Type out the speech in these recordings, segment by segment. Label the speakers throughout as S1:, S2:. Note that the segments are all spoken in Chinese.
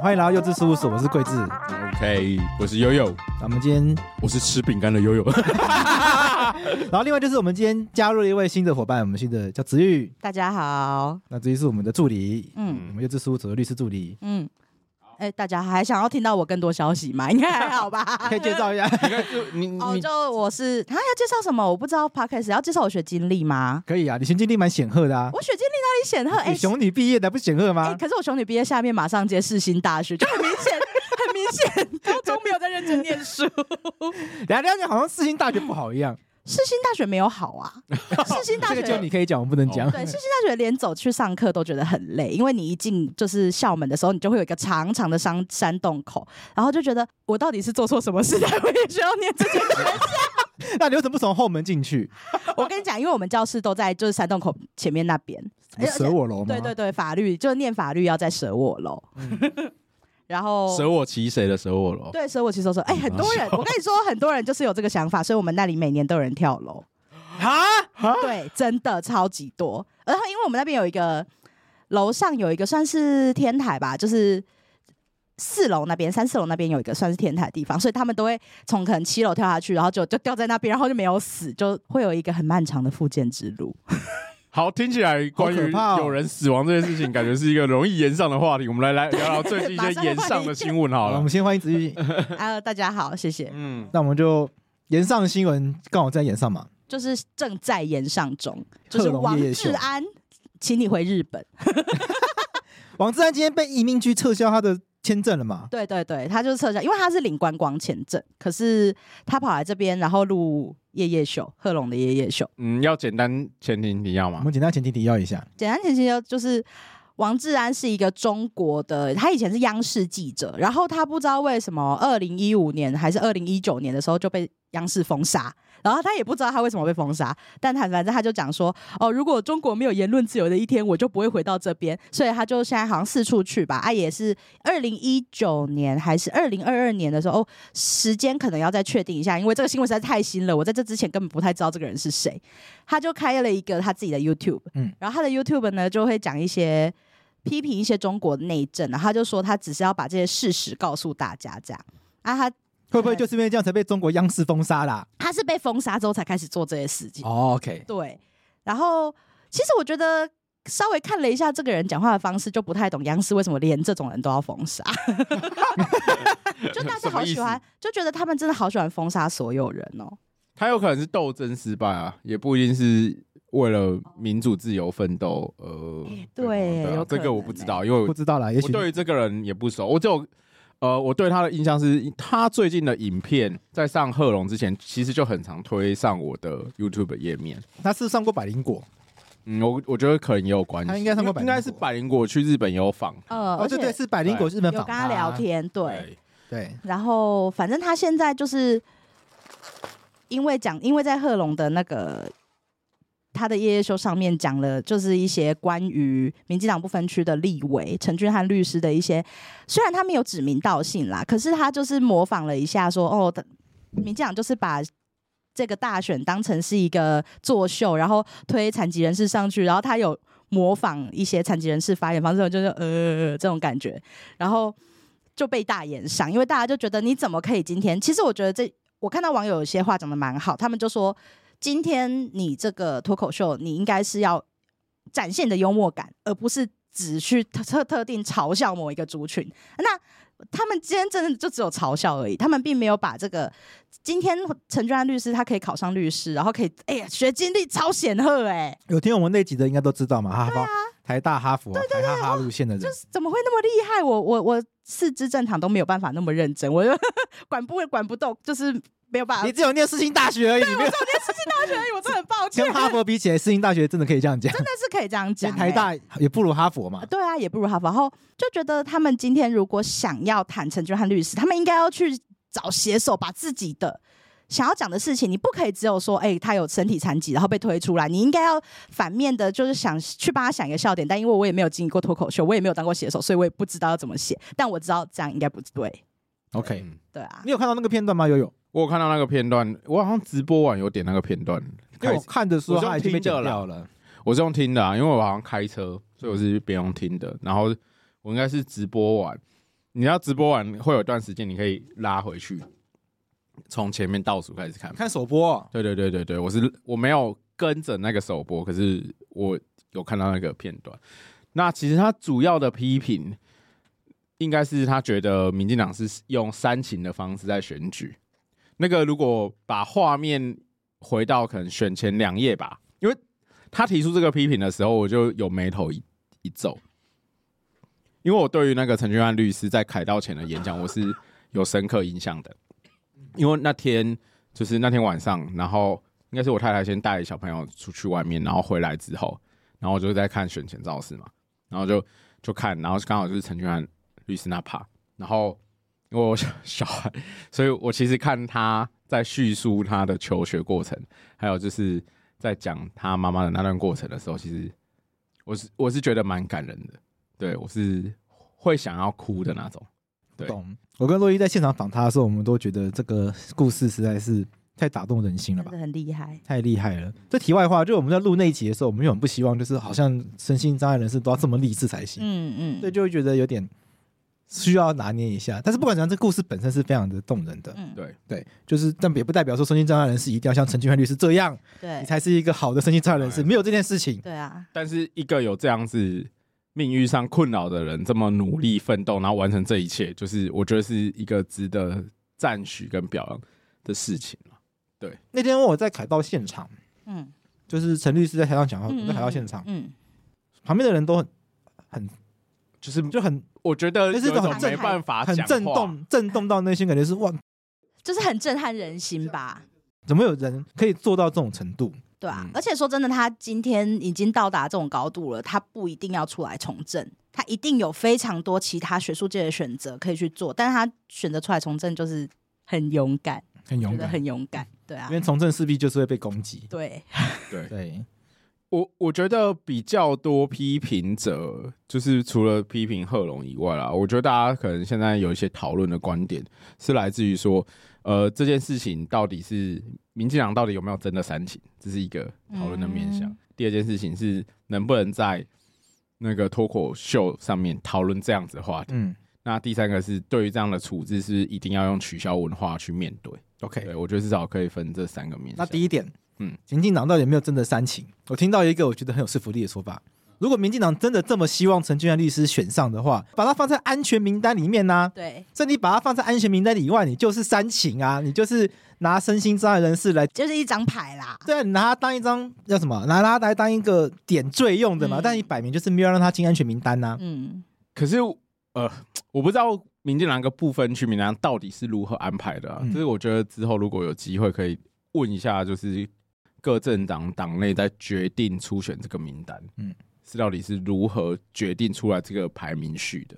S1: 欢迎来到幼稚事务所，我是桂智。
S2: OK，我是悠悠，
S1: 咱们今天，
S2: 我是吃饼干的悠悠。
S1: 然后另外就是我们今天加入了一位新的伙伴，我们新的叫子玉，
S3: 大家好，
S1: 那子玉是我们的助理，
S3: 嗯
S1: 我们幼稚事务所的律师助理，
S3: 嗯，哎、大家还想要听到我更多消息吗？应该还好吧。
S1: 可以介绍一下，
S2: 你
S3: 哦，
S2: 你
S3: 就我是他要介绍什么？我不知道 podcast 要介绍我学经历吗？
S1: 可以啊，你行经历蛮显赫的啊，
S3: 我学经历哪里显赫？哦哎、
S1: 你雄女毕业的不显赫
S3: 哎、
S1: 吗？
S3: 可是我雄女毕业下面马上接世新大学，就很明显，很明显，高中没有在认真念书。
S1: 聊聊你好像世新大学不好一样，
S3: 世新大学没有好啊，世新 大
S1: 这
S3: 学哦
S1: 个就你可以讲，我不能讲。
S3: 对，世新大学连走去上课都觉得很累，因为你一进就是校门的时候，你就会有一个长长的山山洞口，然后就觉得我到底是做错什么事 才会需要念这些东西？
S1: 那你为什么不从后门进去？
S3: 我跟你讲，因为我们教室都在就是山洞口前面那边，
S1: 你舍我楼吗？
S3: 哎对对对，法律就是念法律要在舍我楼，
S1: 嗯
S3: 然 后
S2: 舍我其谁的舍我喽？
S3: 哦对舍我其实说，哎、很
S1: 嗯
S3: 多人，我跟你说，很多人就是有这个想法，所以我们那里每年都有人跳楼。
S1: 啊，
S3: 对，真的超级多。然后因为我们那边有一个楼上有一个算是天台吧，就是四楼那边、三四楼那边有一个算是天台的地方，所以他们都会从可能七楼跳下去，然后就就掉在那边，然后就没有死，就会有一个很漫长的复健之路。
S2: 好，听起来关
S1: 好可
S2: 于
S1: 怕哦
S2: 有人死亡这件事情，感觉是一个容易延上的话题。我们来来聊聊最近一
S3: 马
S2: 些
S3: 上
S2: 延上的新闻好
S1: 好了，我
S2: 了
S1: 们。先欢迎子玉，
S3: 啊，大家好，谢谢。
S2: 嗯，
S1: 那我们就延上新闻，刚好在延上嘛，
S3: 就是正在延上中，就是
S1: 贺龙
S3: 王
S1: 夜夜秀
S3: 志安，请你回日本。
S1: 王志安今天被移民局撤销他的签证了嘛？
S3: 对对对，他就是撤销，因为他是领观光签证，可是他跑来这边，然后录夜夜秀，贺龙的夜夜秀。
S2: 嗯，要简单前提你要
S1: 我
S2: 吗？
S1: 们简单前提提要一下，
S3: 简单前提就是王志安是一个中国的，他以前是央视记者，然后他不知道为什么二零一五年还是二零一九年的时候就被央视封杀，然后他也不知道他为什么被封杀，但他反正他就讲说，哦，如果中国没有言论自由的一天，我就不会回到这边，所以他就现在好像四处去吧，啊，也是二零一九年还是二零二二年的时候，哦，时间可能要再确定一下，因为这个新闻实在太新了，我在这之前根本不太知道这个人是谁，他就开了一个他自己的 YouTube，然后他的 YouTube 呢就会讲一些批评一些中国内政，然后他就说他只是要把这些事实告诉大家这样。啊，他
S1: 会不会就是因为这样才被中国央视封杀啦？
S3: 他是被封杀之后才开始做这些事情，
S1: 哦，OK，
S3: 对。然后其实我觉得稍微看了一下这个人讲话的方式，就不太懂央视为什么连这种人都要封 杀， 就大家好喜
S2: 什么意
S3: 欢，就觉得他们真的好喜欢封杀所有人哦。
S2: 他有可能是斗争失败啊，也不一定是为了民主自由奋斗。呃，
S3: 对
S2: 啊
S3: 有
S2: 这
S3: 可能欸
S2: 个我不知道，因为我
S1: 不知道啦，也
S2: 我
S1: 许
S2: 对于这个人也不熟，我就呃，我对他的印象是，他最近的影片在上贺龙之前，其实就很常推上我的 YouTube 页面。
S1: 他是上过百灵果，
S2: 嗯，我我觉得可能也有关系，
S1: 他应该上过百灵
S2: 应
S1: 果
S2: 该是百灵果去日本也有访。
S3: 呃，
S1: 哦，
S3: 而且
S1: 对对，是百灵果日本
S3: 有
S1: 访
S3: 跟他聊，天，啊对。
S1: 嗯对，
S3: 然后反正他现在就是因为讲，因为在贺龙的那个他的夜夜秀上面讲了，就是一些关于民进党不分区的立委陈俊翰律师的一些，虽然他没有指名道姓啦，可是他就是模仿了一下说，哦，他民进党就是把。这个大选当成是一个作秀，然后推残疾人士上去，然后他有模仿一些残疾人士发言方式，我就是呃这种感觉，然后就被大言上，因为大家就觉得你怎么可以今天？其实我觉得这，我看到网友有些话讲的蛮好，他们就说今天你这个脱口秀，你应该是要展现你的幽默感，而不是只去特特特定嘲笑某一个族群。那他们今天真的就只有嘲笑而已，他们并没有把这个今天陈俊安律师他可以考上律师，然后可以哎呀学经历超显赫哎、
S1: 有听我们那集的应该都知道嘛，哈佛、
S3: 啊
S1: 台大、哈佛、啊台大哈路线的人，
S3: 怎么会那么厉害？我我我四肢正常都没有办法那么认真，我就 管不管不动，就是没有办法。
S1: 你只有念世新大学而已，你没有
S3: 大学而已，我真的很抱歉
S1: 跟，哈佛比起来，世新大学真的可以这样讲，
S3: 但是可以这样
S1: 其
S3: 讲、
S1: 实台
S3: 哎
S1: 大也不如哈佛嘛。
S3: 对啊，也不如哈佛。然后就觉得他们今天如果想要谈陈俊翰律师，他们应该要去找写手，把自己的想要讲的事情，你不可以只有说，哎、他有身体残疾，然后被推出来，你应该要反面的，就是想去帮他想一个笑点。但因为我也没有经历过脱口秀，我也没有当过写手，所以我也不知道要怎么写。但我知道这样应该不对，
S1: OK，
S2: 嗯
S3: 对啊
S1: 你，有看到那个片段吗？悠悠，
S2: 我有看到那个片段，我好像直播完有点那个片段，
S1: 因为
S2: 开
S1: 我看的时候
S2: 我是用
S1: 它已经被
S2: 听
S1: 剪
S2: 的啦
S1: 掉了。
S2: 我是用听的、啊，因为我好像开车，所以我是边用听的。然后我应该是直播完，你要直播完会有一段时间，你可以拉回去，从前面倒数开始看。
S1: 看首播哦，
S2: 对对对对对，我是我没有跟着那个首播，可是我有看到那个片段。那其实他主要的批评，应该是他觉得民进党是用煽情的方式在选举。那个如果把画面回到可能选前两页吧，因为他提出这个批评的时候，我就有眉头一一皱，因为我对于那个陈俊安律师在凯道前的演讲，我是有深刻印象的，因为那天就是那天晚上，然后应该是我太太先带小朋友出去外面，然后回来之后，然后我就在看选前造势嘛，然后就就看，然后刚好就是陈俊翰律师那趴，然后因为我小小孩，所以我其实看他在叙述他的求学过程，还有就是在讲他妈妈的那段过程的时候，其实我是我是觉得蛮感人的，对我是会想要哭的那种。对
S1: 懂。我跟洛伊在现场访他的时候，我们都觉得这个故事实在是太打动人心了
S3: 真
S1: 吧
S3: 的。很厉害。
S1: 太厉害了！这题外话，就我们在录那一集的时候，我们就很不希望，就是好像身心障碍人士都要这么励志才行，
S3: 嗯嗯，
S1: 对，就会觉得有点需要拿捏一下。但是不管怎样，这故事本身是非常的动人的，
S3: 嗯
S2: 对
S1: 对，就是但也不代表说身心障碍人士一定要像陈俊翰律师这样，你
S3: 对
S1: 才是一个好的身心障碍人士，
S2: 对
S1: 没有这件事情。
S3: 对啊，
S2: 但是一个有这样子命运上困扰的人，这么努力奋斗，然后完成这一切，就是我觉得是一个值得赞许跟表扬的事情了。
S1: 那天我在凯道现场，
S3: 嗯，
S1: 就是陈律师在台上讲话，
S3: 嗯
S1: 我在凯道现场，
S3: 嗯，
S1: 旁边的人都很很
S2: 就是
S1: 就很
S2: 我觉得
S1: 那是
S2: 有一
S1: 一种
S2: 种没办法
S1: 很
S2: 讲
S1: 震
S2: 话，
S1: 动，震动到内心，感觉是哇，
S3: 就是很震撼人心吧。
S1: 怎么有人可以做到这种程度？
S3: 对啊，
S2: 嗯
S3: 而且说真的，他今天已经到达这种高度了，他不一定要出来从政，他一定有非常多其他学术界的选择可以去做，但是他选择出来从政就是很勇敢，
S1: 很勇
S3: 觉得
S1: 敢，嗯
S3: 很勇敢，对啊
S1: 因，为从政势必就是会被攻击。
S3: 对，
S2: 对，
S1: 对，
S2: 我我觉得比较多批评者，就是除了批评贺龙以外啦，我觉得大家可能现在有一些讨论的观点是来自于说，呃，这件事情到底是民进党到底有没有真的煽情，这是一个讨论的面向。
S3: 嗯
S2: 第二件事情是能不能在那个脱口秀上面讨论这样子的话题。
S1: 嗯
S2: 那第三个是对于这样的处置，是不是一定要用取消文化去面对。
S1: ，OK。
S2: 对我觉得至少可以分这三个面
S1: 那
S2: 向。
S1: 第一点，嗯
S2: 嗯，
S1: 民进党到底有没有真的煽情？我听到一个我觉得很有说服力的说法：如果民进党真的这么希望陈俊安律师选上的话，把他放在安全名单里面呢、
S3: 对，
S1: 所以你把它放在安全名单以外，你就是煽情啊，你就是拿身心障碍人士来，
S3: 就是一张 牌啦，
S1: 对啊，你拿它当一张叫什么，拿它来当一个点缀用的嘛。
S3: 嗯
S1: 但你摆明就是没有让他进安全名单呐、
S3: 嗯，
S2: 可是呃，我不知道民进党个部分区民进党到底是如何安排的、啊，
S1: 嗯
S2: 就是我觉得之后如果有机会可以问一下，就是各政党党内在决定初选这个名单，
S1: 嗯
S2: 嗯，是到底是如何决定出来这个排名序的？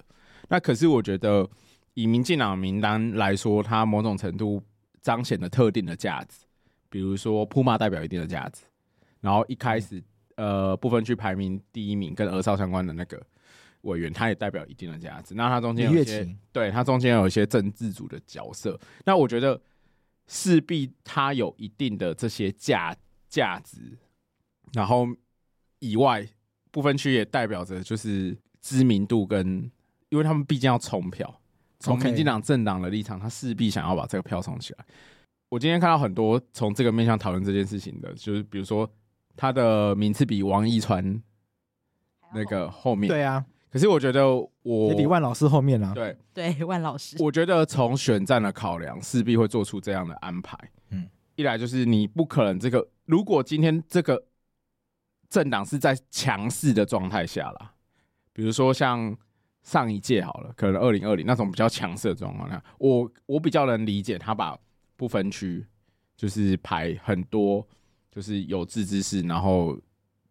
S2: 那可是我觉得以民进党名单来说，它某种程度彰显了特定的价值，比如说铺马代表一定的价值，然后一开始。呃，不分区排名第一名跟儿少相关的那个委员，他也代表一定的价值。那他中
S1: 李
S2: 间有
S1: 月
S2: 一些
S1: 琴，
S2: 对它中间有一些政治组的角色，那我觉得势必它有一定的这些价价值，然后以外不分区也代表着就是知名度跟，因为他们毕竟要冲票，从
S1: OK
S2: 民进党政党的立场，他势必想要把这个票冲起来。我今天看到很多从这个面向讨论这件事情的，就是比如说他的名次比王一川那个后面，
S3: 嗯
S1: 对啊，
S2: 可是我觉得我
S1: 也比万老师后面啦、啊
S2: 对，
S3: 对，万老师，
S2: 我觉得从选战的考量，势必会做出这样的安排。
S1: 嗯
S2: 嗯，一来就是你不可能这个，如果今天这个政党是在强势的状态下啦，比如说像上一届好了，可能二零二零那种比较强势的状况下，我我比较能理解他把不分区就是排很多，就是有志之士，然后。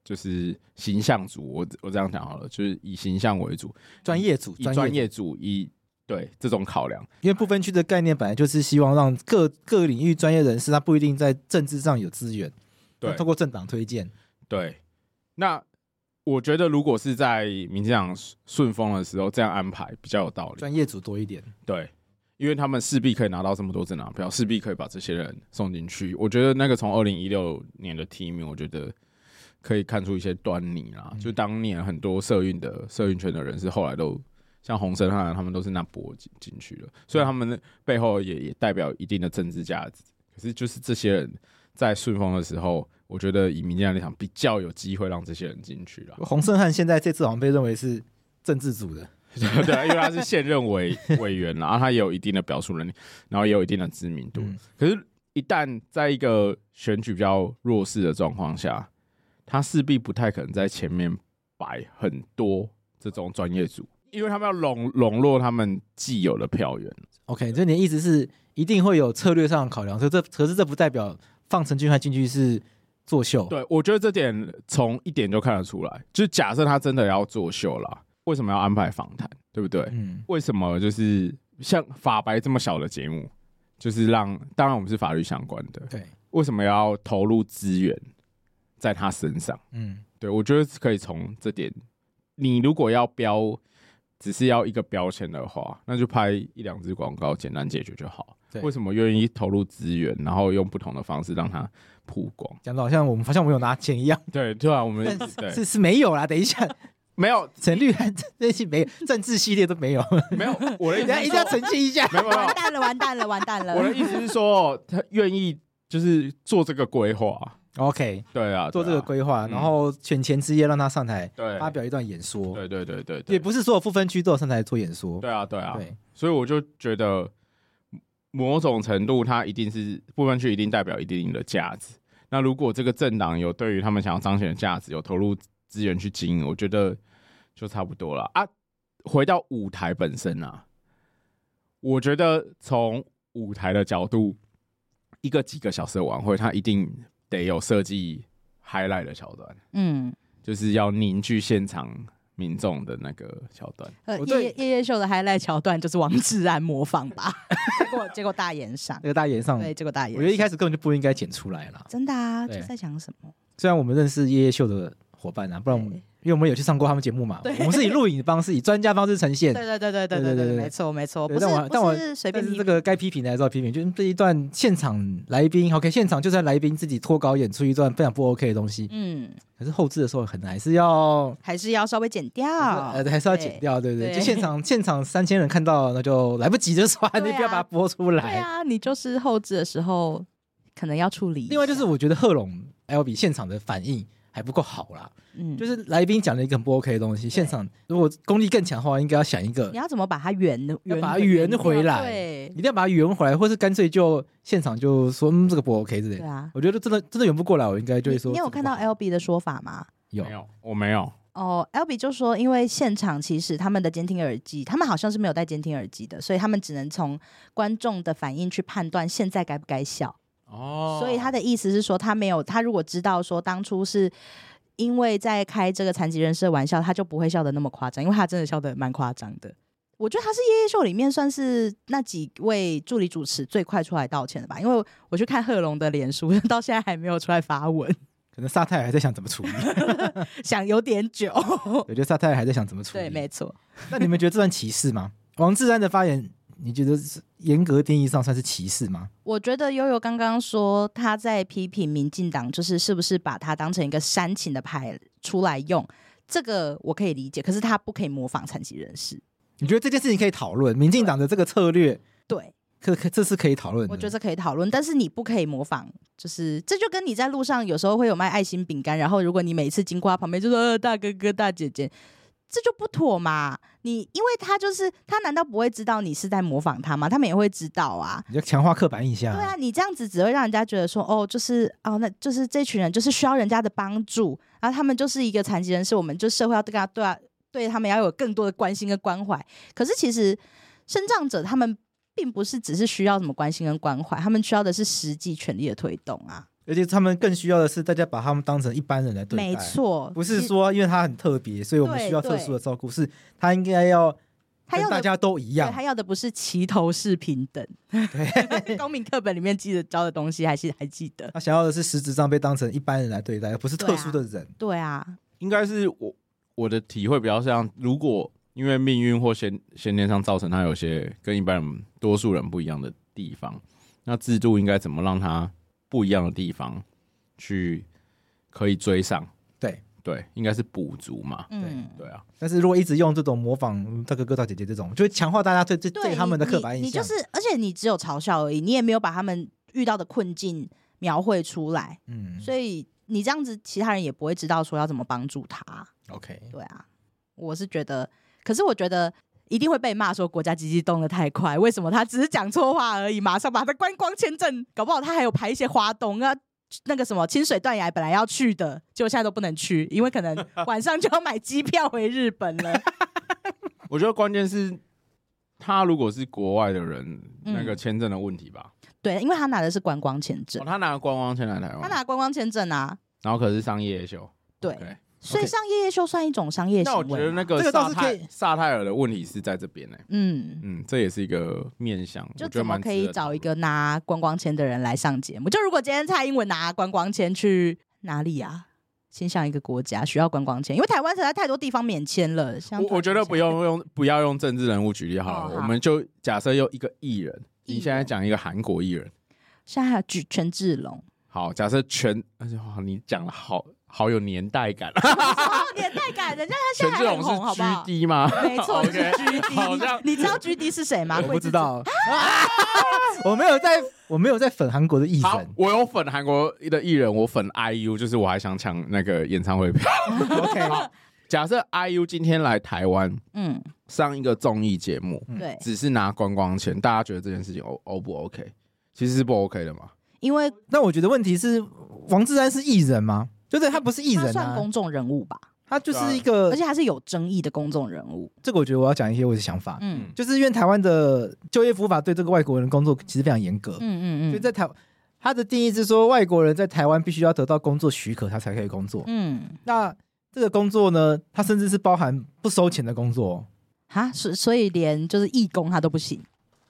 S2: 就是形象组，我我这样讲好了，就是以形象为主，
S1: 专业组，
S2: 以专
S1: 组
S2: 业组，以对这种考量，
S1: 因为不分区的概念本来就是希望让各各领域专业人士，他不一定在政治上有资源，
S2: 对
S1: 那通过政党推荐，
S2: 对，那我觉得如果是在民进党顺风的时候这样安排比较有道理。
S1: 专业组多一点。
S2: 对，因为他们势必可以拿到这么多政党票，势必可以把这些人送进去。我觉得那个从二零一六年的提名，我觉得可以看出一些端倪啦。就当年很多社运的社运圈的人是后来都。像洪生汉他们都是那波进进去的，虽然他们背后也也代表一定的政治价值，可是就是这些人在顺风的时候，我觉得以民进党立场比较有机会让这些人进去啦。
S1: 洪胜汉现在这次好像被认为是政治组的，
S2: 对啊，因为他是现任委委员啦，然啊后他也有一定的表述能力，然后也有一定的知名度。
S1: 嗯
S2: 可是，一旦在一个选举比较弱势的状况下，他势必不太可能在前面摆很多这种专业组，因为他们要笼笼络他们既有的票源。
S1: OK，这你的意思是一定会有策略上的考量，可这可是这不代表放陈俊翰进去是作秀。，
S2: 对，我觉得这点从一点就看得出来，就是假设他真的要作秀啦，为什么要安排访谈，对不对？
S1: 嗯，
S2: 为什么就是像法白这么小的节目，就是让当然我们是法律相关的，
S1: 对，
S2: 为什么要投入资源在他身上？
S1: 嗯，
S2: 对我觉得可以从这点，你如果要标，只是要一个标签的话，那就拍一两支广告，简单解决就好
S1: 对。
S2: 为什么愿意投入资源，然后用不同的方式让它曝光？
S1: 讲的好像我们好像我们有拿钱一样，
S2: 对，对啊，我们
S1: 但
S2: 对
S1: 是是没有啦。等一下，
S2: 没有
S1: 陈绿汉那期没有政治系列都没有，
S2: 没有，我的意
S1: 人家
S2: 思
S1: 一定要
S2: 是说，
S1: 澄清一下。
S2: 没有没有
S3: 完，蛋了，完蛋了，完蛋了
S2: 我。的意思是说，哦 他愿意就是做这个规划，
S1: OK，
S2: 对啊，
S1: 做这个
S2: 规，
S1: 规划，
S2: 嗯
S1: 然后选前之夜让他上台
S2: 对
S1: 发表一段演说，
S2: 对对对对对，
S1: 也不是所有不分区都有上台做演说。
S2: 对啊对啊，
S1: 对，
S2: 所以我就觉得某种程度，它一定是部分区一定代表一定的价值。那如果这个政党有对于他们想要彰显的价值有投入资源去经营，我觉得就差不多了啊。回到舞台本身啊，我觉得从舞台的角度，一个几个小时的晚会，它一定得有设计 highlight 的桥段，
S3: 嗯，
S2: 就是要凝聚现场民众的那个桥段。
S3: 呃，
S1: 我
S3: 夜
S1: 对
S3: 夜夜夜秀的 highlight 桥段就是王志安模仿 吧，结果结果大演上，
S1: 那个大演上，
S3: 对，
S1: 我
S3: 结果大演
S1: 觉得一开始根本就不应该剪出来啦。
S3: 真的啊，
S1: 对
S3: 就在想什么？
S1: 虽然我们认识夜夜秀的伙伴啊，不然我们
S3: 对
S1: 因为我们有去上过他们节目嘛，
S3: 对
S1: 我们是以录影方式、以专家方式呈现。
S3: 对对对对对
S1: 对
S3: 对
S1: 对
S3: 对，
S1: 对
S3: 没错没错，
S1: 对
S3: 不是
S1: 但我但
S3: 不
S1: 我
S3: 是随
S1: 但
S3: 便
S1: 是
S3: 批
S1: 这个该批评的还是要批评，就是这一段现场来宾，OK，现场就算来宾自己脱稿演出一段非常不 OK 的东西，
S3: 嗯，
S1: 可是后置的时候可能还是要，
S3: 还是要稍微剪掉，
S1: 呃，还是要剪掉，对不对？
S3: 啊对
S1: 就现场 现场三千人看到，那就来不及就算，
S3: 对啊
S1: 你不要把它播出
S3: 对。对
S1: 来。
S3: 啊，你就是后置的时候可能要处理一下。
S1: 另外就是我觉得贺龙 L B 现场的反应还不够好啦，
S3: 嗯，
S1: 就是是来宾讲了一个很不 OK 的东西，现场如果功力更强的话，应该要想一个
S3: 你要怎么把它圆
S1: 要
S3: 圆
S1: 把它圆
S3: 掉
S1: 回来
S3: 对
S1: 一定要把它圆回来，或是干脆就现场就说嗯这个不 OK 之类
S3: 对
S1: 的。
S3: 啊。
S1: 我觉得真的真的圆不过来，我应该就会
S3: 你
S1: 说
S3: 你有
S1: 这个
S3: 看
S1: 不
S3: 到
S1: 好
S3: L B 的说法吗？
S1: 有
S2: 没有，我没有。
S3: 哦，L B 就说，因为现场其实他们的监听耳机，他们好像是没有戴监听耳机的，所以他们只能从观众的反应去判断现在该不该笑。
S2: 哦
S3: 所以他的意思是说，他没有，他如果知道说当初是因为在开这个残疾人士的玩笑，他就不会笑得那么夸张，因为他真的笑得蛮夸张的。我觉得他是夜夜秀里面算是那几位助理主持最快出来道歉的吧，因为我去看贺龙的脸书， 到现在还没有出来发文，
S1: 可能沙泰尔还在想怎么处理，
S3: 想有点久。
S1: 我觉得沙泰尔还在想怎么处理。
S3: 对，没错。
S1: 那你们觉得这算歧视吗？王志安的发言，你觉得是严格定义上算是歧视吗？
S3: 我觉得悠悠刚刚说他在批评民进党，就是是不是把它当成一个煽情的牌出来用，这个我可以理解，可是他不可以模仿残疾人士。
S1: 你觉得这件事情可以讨论？民进党的这个策略，
S3: 对，
S1: 可可这是可以讨论的。
S3: 我觉得这可以讨论，但是你不可以模仿，就是这就跟你在路上有时候会有卖爱心饼干，然后如果你每次经过他旁边就说、呃、大哥哥大姐姐，这就不妥嘛。你因为他就是他，难道不会知道你是在模仿他吗？他们也会知道啊。
S1: 你要强化刻板印象。
S3: 对啊，你这样子只会让人家觉得说，哦，就是哦，那就是这群人就是需要人家的帮助，然后他们就是一个残疾人士，我们就社会要对他对啊对他们要有更多的关心跟关怀。可是其实生障者他们并不是只是需要什么关心跟关怀，他们需要的是实际权利的推动啊。
S1: 而且他们更需要的是大家把他们当成一般人来对待。
S3: 没，错，
S1: 不
S3: 其
S1: 是
S3: 实
S1: 说因为他很特别，所以我们
S3: 对
S1: 需要特殊的照顾，是他应该要
S3: 他要
S1: 跟大
S3: 的
S1: 家都一
S3: 对
S1: 样。
S3: 他要的不是齐头式平等， 公民课本里面记得教的东西还是还记得。
S1: 他想要的是实质上被当成一般人来对待，而不是特殊的人。
S3: 对啊，
S2: 应该是我我的体会比较像，如果因为命运或先先天上造成他有些跟一般人多数人不一样的地方，那制度应该怎么让他不一样的地方去可以追上？
S1: 对
S2: 对，应该是补足嘛。
S3: 嗯，
S2: 对啊，
S1: 但是如果一直用这种模仿嗯大哥哥、大姐姐这种，就会强化大家对对
S3: 对
S1: 对他们的
S3: 你
S1: 刻板印
S3: 你就
S1: 象。
S3: 是，而且你只有嘲笑而已，你也没有把他们遇到的困境描绘出来，
S1: 嗯
S3: 所以你这样子，其他人也不会知道说要怎么帮助他。
S1: ，OK，
S3: 对啊，我是觉得，可是我觉得。一定会被骂说国家机器动得太快，为什么他只是讲错话而已，马上把他观光签证，搞不好他还有排一些花东啊，那个什么清水断崖本来要去的，结果现在都不能去，因为 可能晚上就要买机票回日本了。
S2: 我觉得关键是他如果是国外的人，
S3: 嗯
S2: 那个签证的问题吧。
S3: 对，因为他拿的是观光签证
S2: 哦，，他拿观光签来台
S3: 他
S2: 湾，
S3: 拿观光签证啊，
S2: 然后可是商业修。
S3: 对
S2: OK
S3: 所以
S1: OK
S3: 上夜夜秀算一种商业行
S2: 那
S3: 为
S2: 我
S3: 嘛。
S2: 觉得那个
S1: 这个倒
S2: 萨
S1: 是
S2: 泰
S1: 可以
S2: 萨泰尔的问题是在这边呢、
S3: 嗯，
S2: 嗯，这也是一个面向，我觉
S3: 就
S2: 得
S3: 怎么
S2: 蛮
S3: 可
S2: 值
S3: 以
S2: 得
S3: 找一
S2: 讨论
S3: 个拿观光签的人来上节目？就如果今天蔡英文拿观光签去哪里啊？先向一个国家需要观光签，因为台湾实在太多地方免签了。像
S2: 我我觉得不用用不要用政治人物举例好
S3: 哦
S2: 了，
S3: 好
S2: 我们就假设用一个艺人，
S3: 艺
S2: 你现在
S3: 人
S2: 讲一个韩国艺人，
S3: 现在还有举权志 龙，
S2: 好，假设全，而且哇，你讲的好好有年代感，
S3: 好有年代感，人家他现
S2: 权
S3: 在
S2: 志
S3: 还很
S2: 龙
S3: 红，好
S2: 是
S3: 不好？
S2: G D 吗？
S3: 没错，就是
S2: OK，
S3: G
S2: 好像
S3: D。你知道 G D 是谁吗？
S1: 我
S3: 桂
S1: 不
S3: 枝
S1: 知道，我没有在，我没有在粉韩国的艺
S2: 好
S1: 人，。
S2: 我有粉韩国的艺人，我粉 IU，就是我还想抢那个演唱会票。
S1: OK，
S2: 好，假设 IU 今天来台湾
S3: 嗯，
S2: 上一个综艺节目，
S1: 嗯
S3: 对，
S2: 只是拿观光钱，大家觉得这件事情 O O 不 OK？其实是不 OK 的嘛。
S3: 因为
S1: 那我觉得问题是，王志安是艺人吗？就是他不是艺
S3: 他
S1: 人
S3: 算
S1: 啊，
S3: 公众人物吧，
S1: 他就是一
S3: 而
S1: 个
S3: 且。他是有争议的公众人物。
S1: 这个我觉得我要讲一些我的想法，
S3: 嗯
S1: 就是因为台湾的就业服务法对这个外国人的工作其实非常严格，
S3: 嗯嗯
S1: 所以
S3: 嗯，
S1: 在台他的定义是说，外国人在台湾必须要得到工作许可，他才可以工作。
S3: 嗯，
S1: 那这个工作呢，它甚至是包含不收钱的工作哦，
S3: 哈，所所以连就是义工他都不行。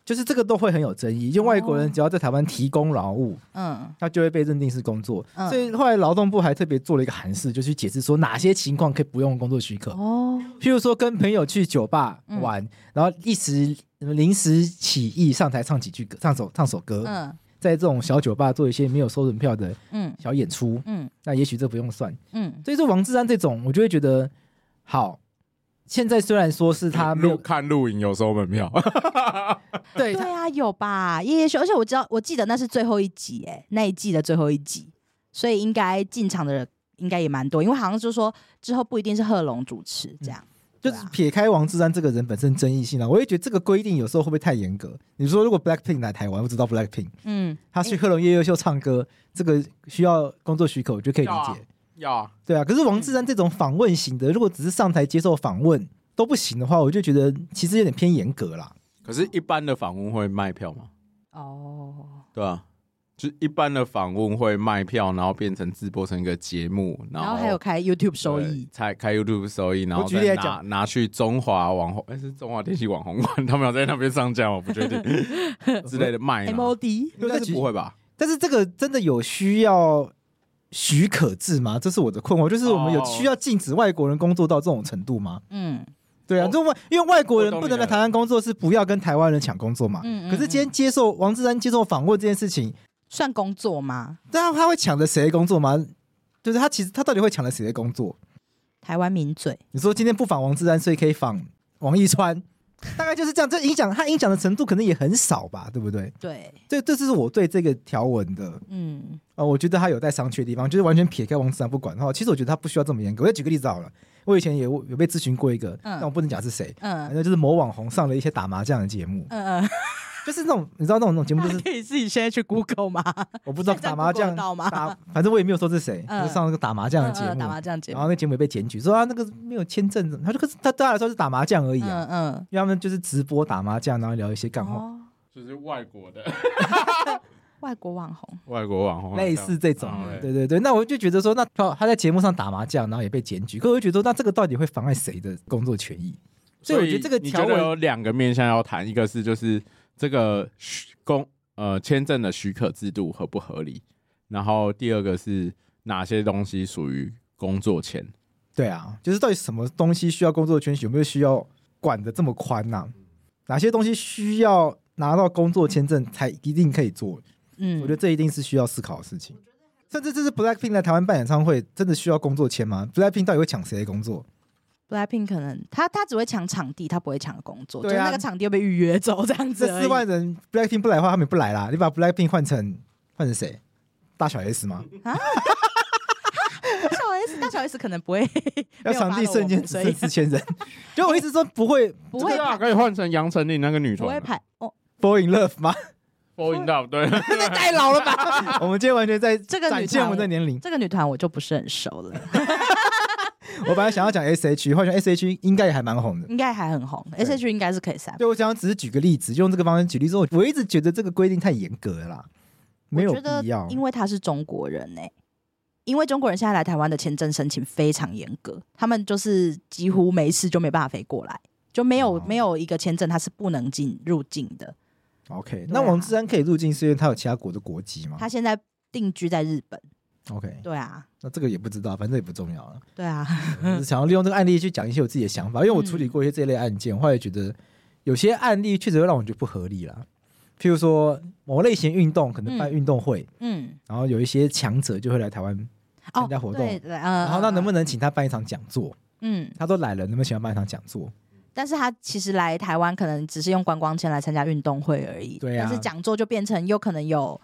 S1: 就是这个都会很有争议，因为外国
S3: 哦
S1: 人只要在台湾提供劳务，
S3: 嗯
S1: 他就会被认定是工作。
S3: 嗯
S1: 所以后来劳动部还特别做了一个函释，就去解释说哪些情况可以不用工作许可，
S3: 哦，
S1: 譬如说跟朋友去酒吧
S3: 嗯
S1: 玩，然后一时临时起意上台唱几句歌，唱首唱首歌，
S3: 嗯
S1: 在这种小酒吧做一些没有收人票的
S3: 嗯
S1: 小演出，
S3: 嗯
S1: 那也许这不用算。
S3: 嗯
S1: 所以说王志安这种，我就会觉得好。现在虽然说是他没
S2: 录
S1: 有
S2: 看录影有收门 票，
S1: 对
S3: 对
S1: 他
S3: 啊，有吧？夜夜秀，而且我知道，我记得那是最后一集，哎，那一季的最后一集，所以应该进场的人应该也蛮多，因为好像就说之后不一定是贺龙主持这样。
S1: 就
S3: 对
S1: 是
S3: 啊
S1: 撇开王志安这个人本身争议性啊，我也觉得这个规定有时候会不会太严格？你说如果 Blackpink 来台湾，我知道 Blackpink
S3: 嗯，
S1: 他去贺龙夜夜秀唱歌，这个需要工作许可，我就可以理
S2: 要啊
S1: 解。
S2: 要啊
S1: 对啊，可是王志安这种访问型的，如果只是上台接受访问都不行的话，我就觉得其实有点偏严格啦。
S2: 可是，一般的访问会卖票吗？
S3: 哦，
S2: 对啊，就一般的访问会卖票，然后变成直播成一个节目，然
S3: 然
S2: 后
S3: 后还有开 YouTube 收
S2: 对
S3: 益，
S2: 才开 YouTube 收益，然后
S1: 举例
S2: 再
S1: 来
S2: 拿
S1: 讲
S2: 拿去中华网红，哎、是中华电信网红馆，他们有在那边上架吗？我不 确定 之类的卖吗？
S3: MOD
S2: 应该是不会吧？
S1: 但是这个真的有需要许可制吗？这是我的困惑，就是我们有
S2: 哦
S1: 需要禁止外国人工作到这种程度吗？
S3: 嗯
S1: 对啊，
S2: 哦
S1: 就外因为外国人
S2: 我懂你
S1: 不能
S2: 的
S1: 来台湾工作，是不要跟台湾人抢工作嘛。
S3: 嗯嗯
S1: 可是今天接受王志安接受访问这件事情，
S3: 算工作吗？
S1: 那他会抢着谁的工作吗？就是他其实他到底会抢了谁的工作？
S3: 台湾名嘴，
S1: 你说今天不访王志安，所以可以访王一川，大概就是这样。这影响他影响的程度可能也很少吧，对不对？
S3: 对，
S1: 这这是我对这个条文的
S3: 嗯
S1: 呃，我觉得他有待商榷的地方，就是完全撇开王志安不管的话，其实我觉得他不需要这么严格。我再举个例子好了，我以前也有被咨询过一个，
S3: 嗯
S1: 但我不能讲是谁，反
S3: 嗯
S1: 正就是某网红上了一些打麻将的节目，
S3: 嗯嗯，
S1: 就是那种你知道那种那种节目，就是
S3: 可以自己现在去 Google 吗？
S1: 我不知道
S3: 现在
S1: 打麻
S3: Google
S1: 将
S3: 得到吗
S1: 打，反正我也没有说是谁，
S3: 嗯
S1: 就是上那个打麻将的节
S3: 嗯嗯
S1: 目，
S3: 打麻将节
S1: 然
S3: 目
S1: 后，那节目也被检举说啊那个没有签证，他就可是他对他来说是打麻将而已啊，
S3: 嗯嗯，
S1: 因为他们就是直播打麻将，然后聊一些干话，
S3: 哦，
S2: 就是外国的
S3: 外国网红，
S2: 外国网红
S1: 类似这种
S2: 嗯
S1: 的，对对对。那我就觉得说，那他他在节目上打麻将，然后也被检举，可我就觉得说，那这个到底会妨碍谁的工作权益？所以我觉得这个
S2: 你
S1: 条
S2: 觉得
S1: 文
S2: 有两个面向要谈，一个是就是这个许公呃签证的许可制度合不合理，然后第二个是哪些东西属于工作签，
S1: 对啊，就是到底什么东西需要工作圈有没有需要管的这么宽呐、哪些东西需要拿到工作签证才一定可以做？
S3: 嗯，
S1: 我觉得这一定是需要思考的事情。甚至这是 Blackpink 在台湾办演唱会，真的需要工作签吗？Blackpink 到底会抢谁的工作？
S3: Blackpink 可能他他只会抢场地，他不会抢工作，
S1: 对啊
S3: 就是那个场地又被预约走这样
S1: 这
S3: 子而已。
S1: 四万人 Blackpink 不来的话，他们也不来啦。你把 Blackpink 换成换成谁？大小 S 吗？
S3: 大小 S 大小 S 可能不会
S1: 要
S3: 没有
S1: 场地
S3: follow
S1: 瞬
S3: 我
S1: 间
S3: 们
S1: 只
S3: 所
S1: 剩
S3: 以
S1: 四千 人，就我一直说不会
S3: 不会
S2: 这个啊
S3: 排
S2: 可以换成杨丞琳那个女
S3: 不
S2: 团
S3: 会
S2: 啊
S3: 排 哦，
S1: fall in love 吗？
S2: ，fall in love 对，
S1: 太老了吧！ 我们今天完全在
S3: 啊 这个女
S1: 展现我们的
S3: 团
S1: 年龄。
S3: 这个女团我就不是很熟了，
S1: 我本来想要讲 S H，换成 S H 应该也还蛮红的。
S3: 应该还很红，S H 应该是可以三。
S1: 对，我想只是举个例子，就用这个方式举例之后，我一直觉得这个规定太严格了啦，没有
S3: 我觉得
S1: 必要。
S3: 因为他是中国人呢、因为中国人现在来台湾的签证申请非常严格，他们就是几乎没事就没办法飞过来，就没有、
S1: 哦
S3: 没有一个签证他是不能进入境的。
S1: OK，那王志安可以入境，是因为他有其他国的国籍吗
S3: 啊他现在定居在日本，
S1: ？OK，
S3: 对啊，
S1: 那这个也不知道，反正也不重要了。
S3: 对啊，
S1: 我只是想要利用这个案例去讲一些我自己的想法，因为我处理过一些这类案件，我后来觉得有些案例确实会让我觉得不合理啦。譬如说某类型运动可能办
S3: 嗯
S1: 运动会，
S3: 嗯，
S1: 然后有一些强者就会来台湾，
S3: 哦，
S1: 参加活动
S3: 对，对呃，
S1: 然后那能不
S3: 能，
S1: 能请他办一场讲座？
S3: 嗯，
S1: 他都来了，能不能请他办一场讲座？
S3: 但是他其实来台湾可能只是用观光签来参加运动会而已，
S1: 对啊
S3: 但是讲座就变成有可能有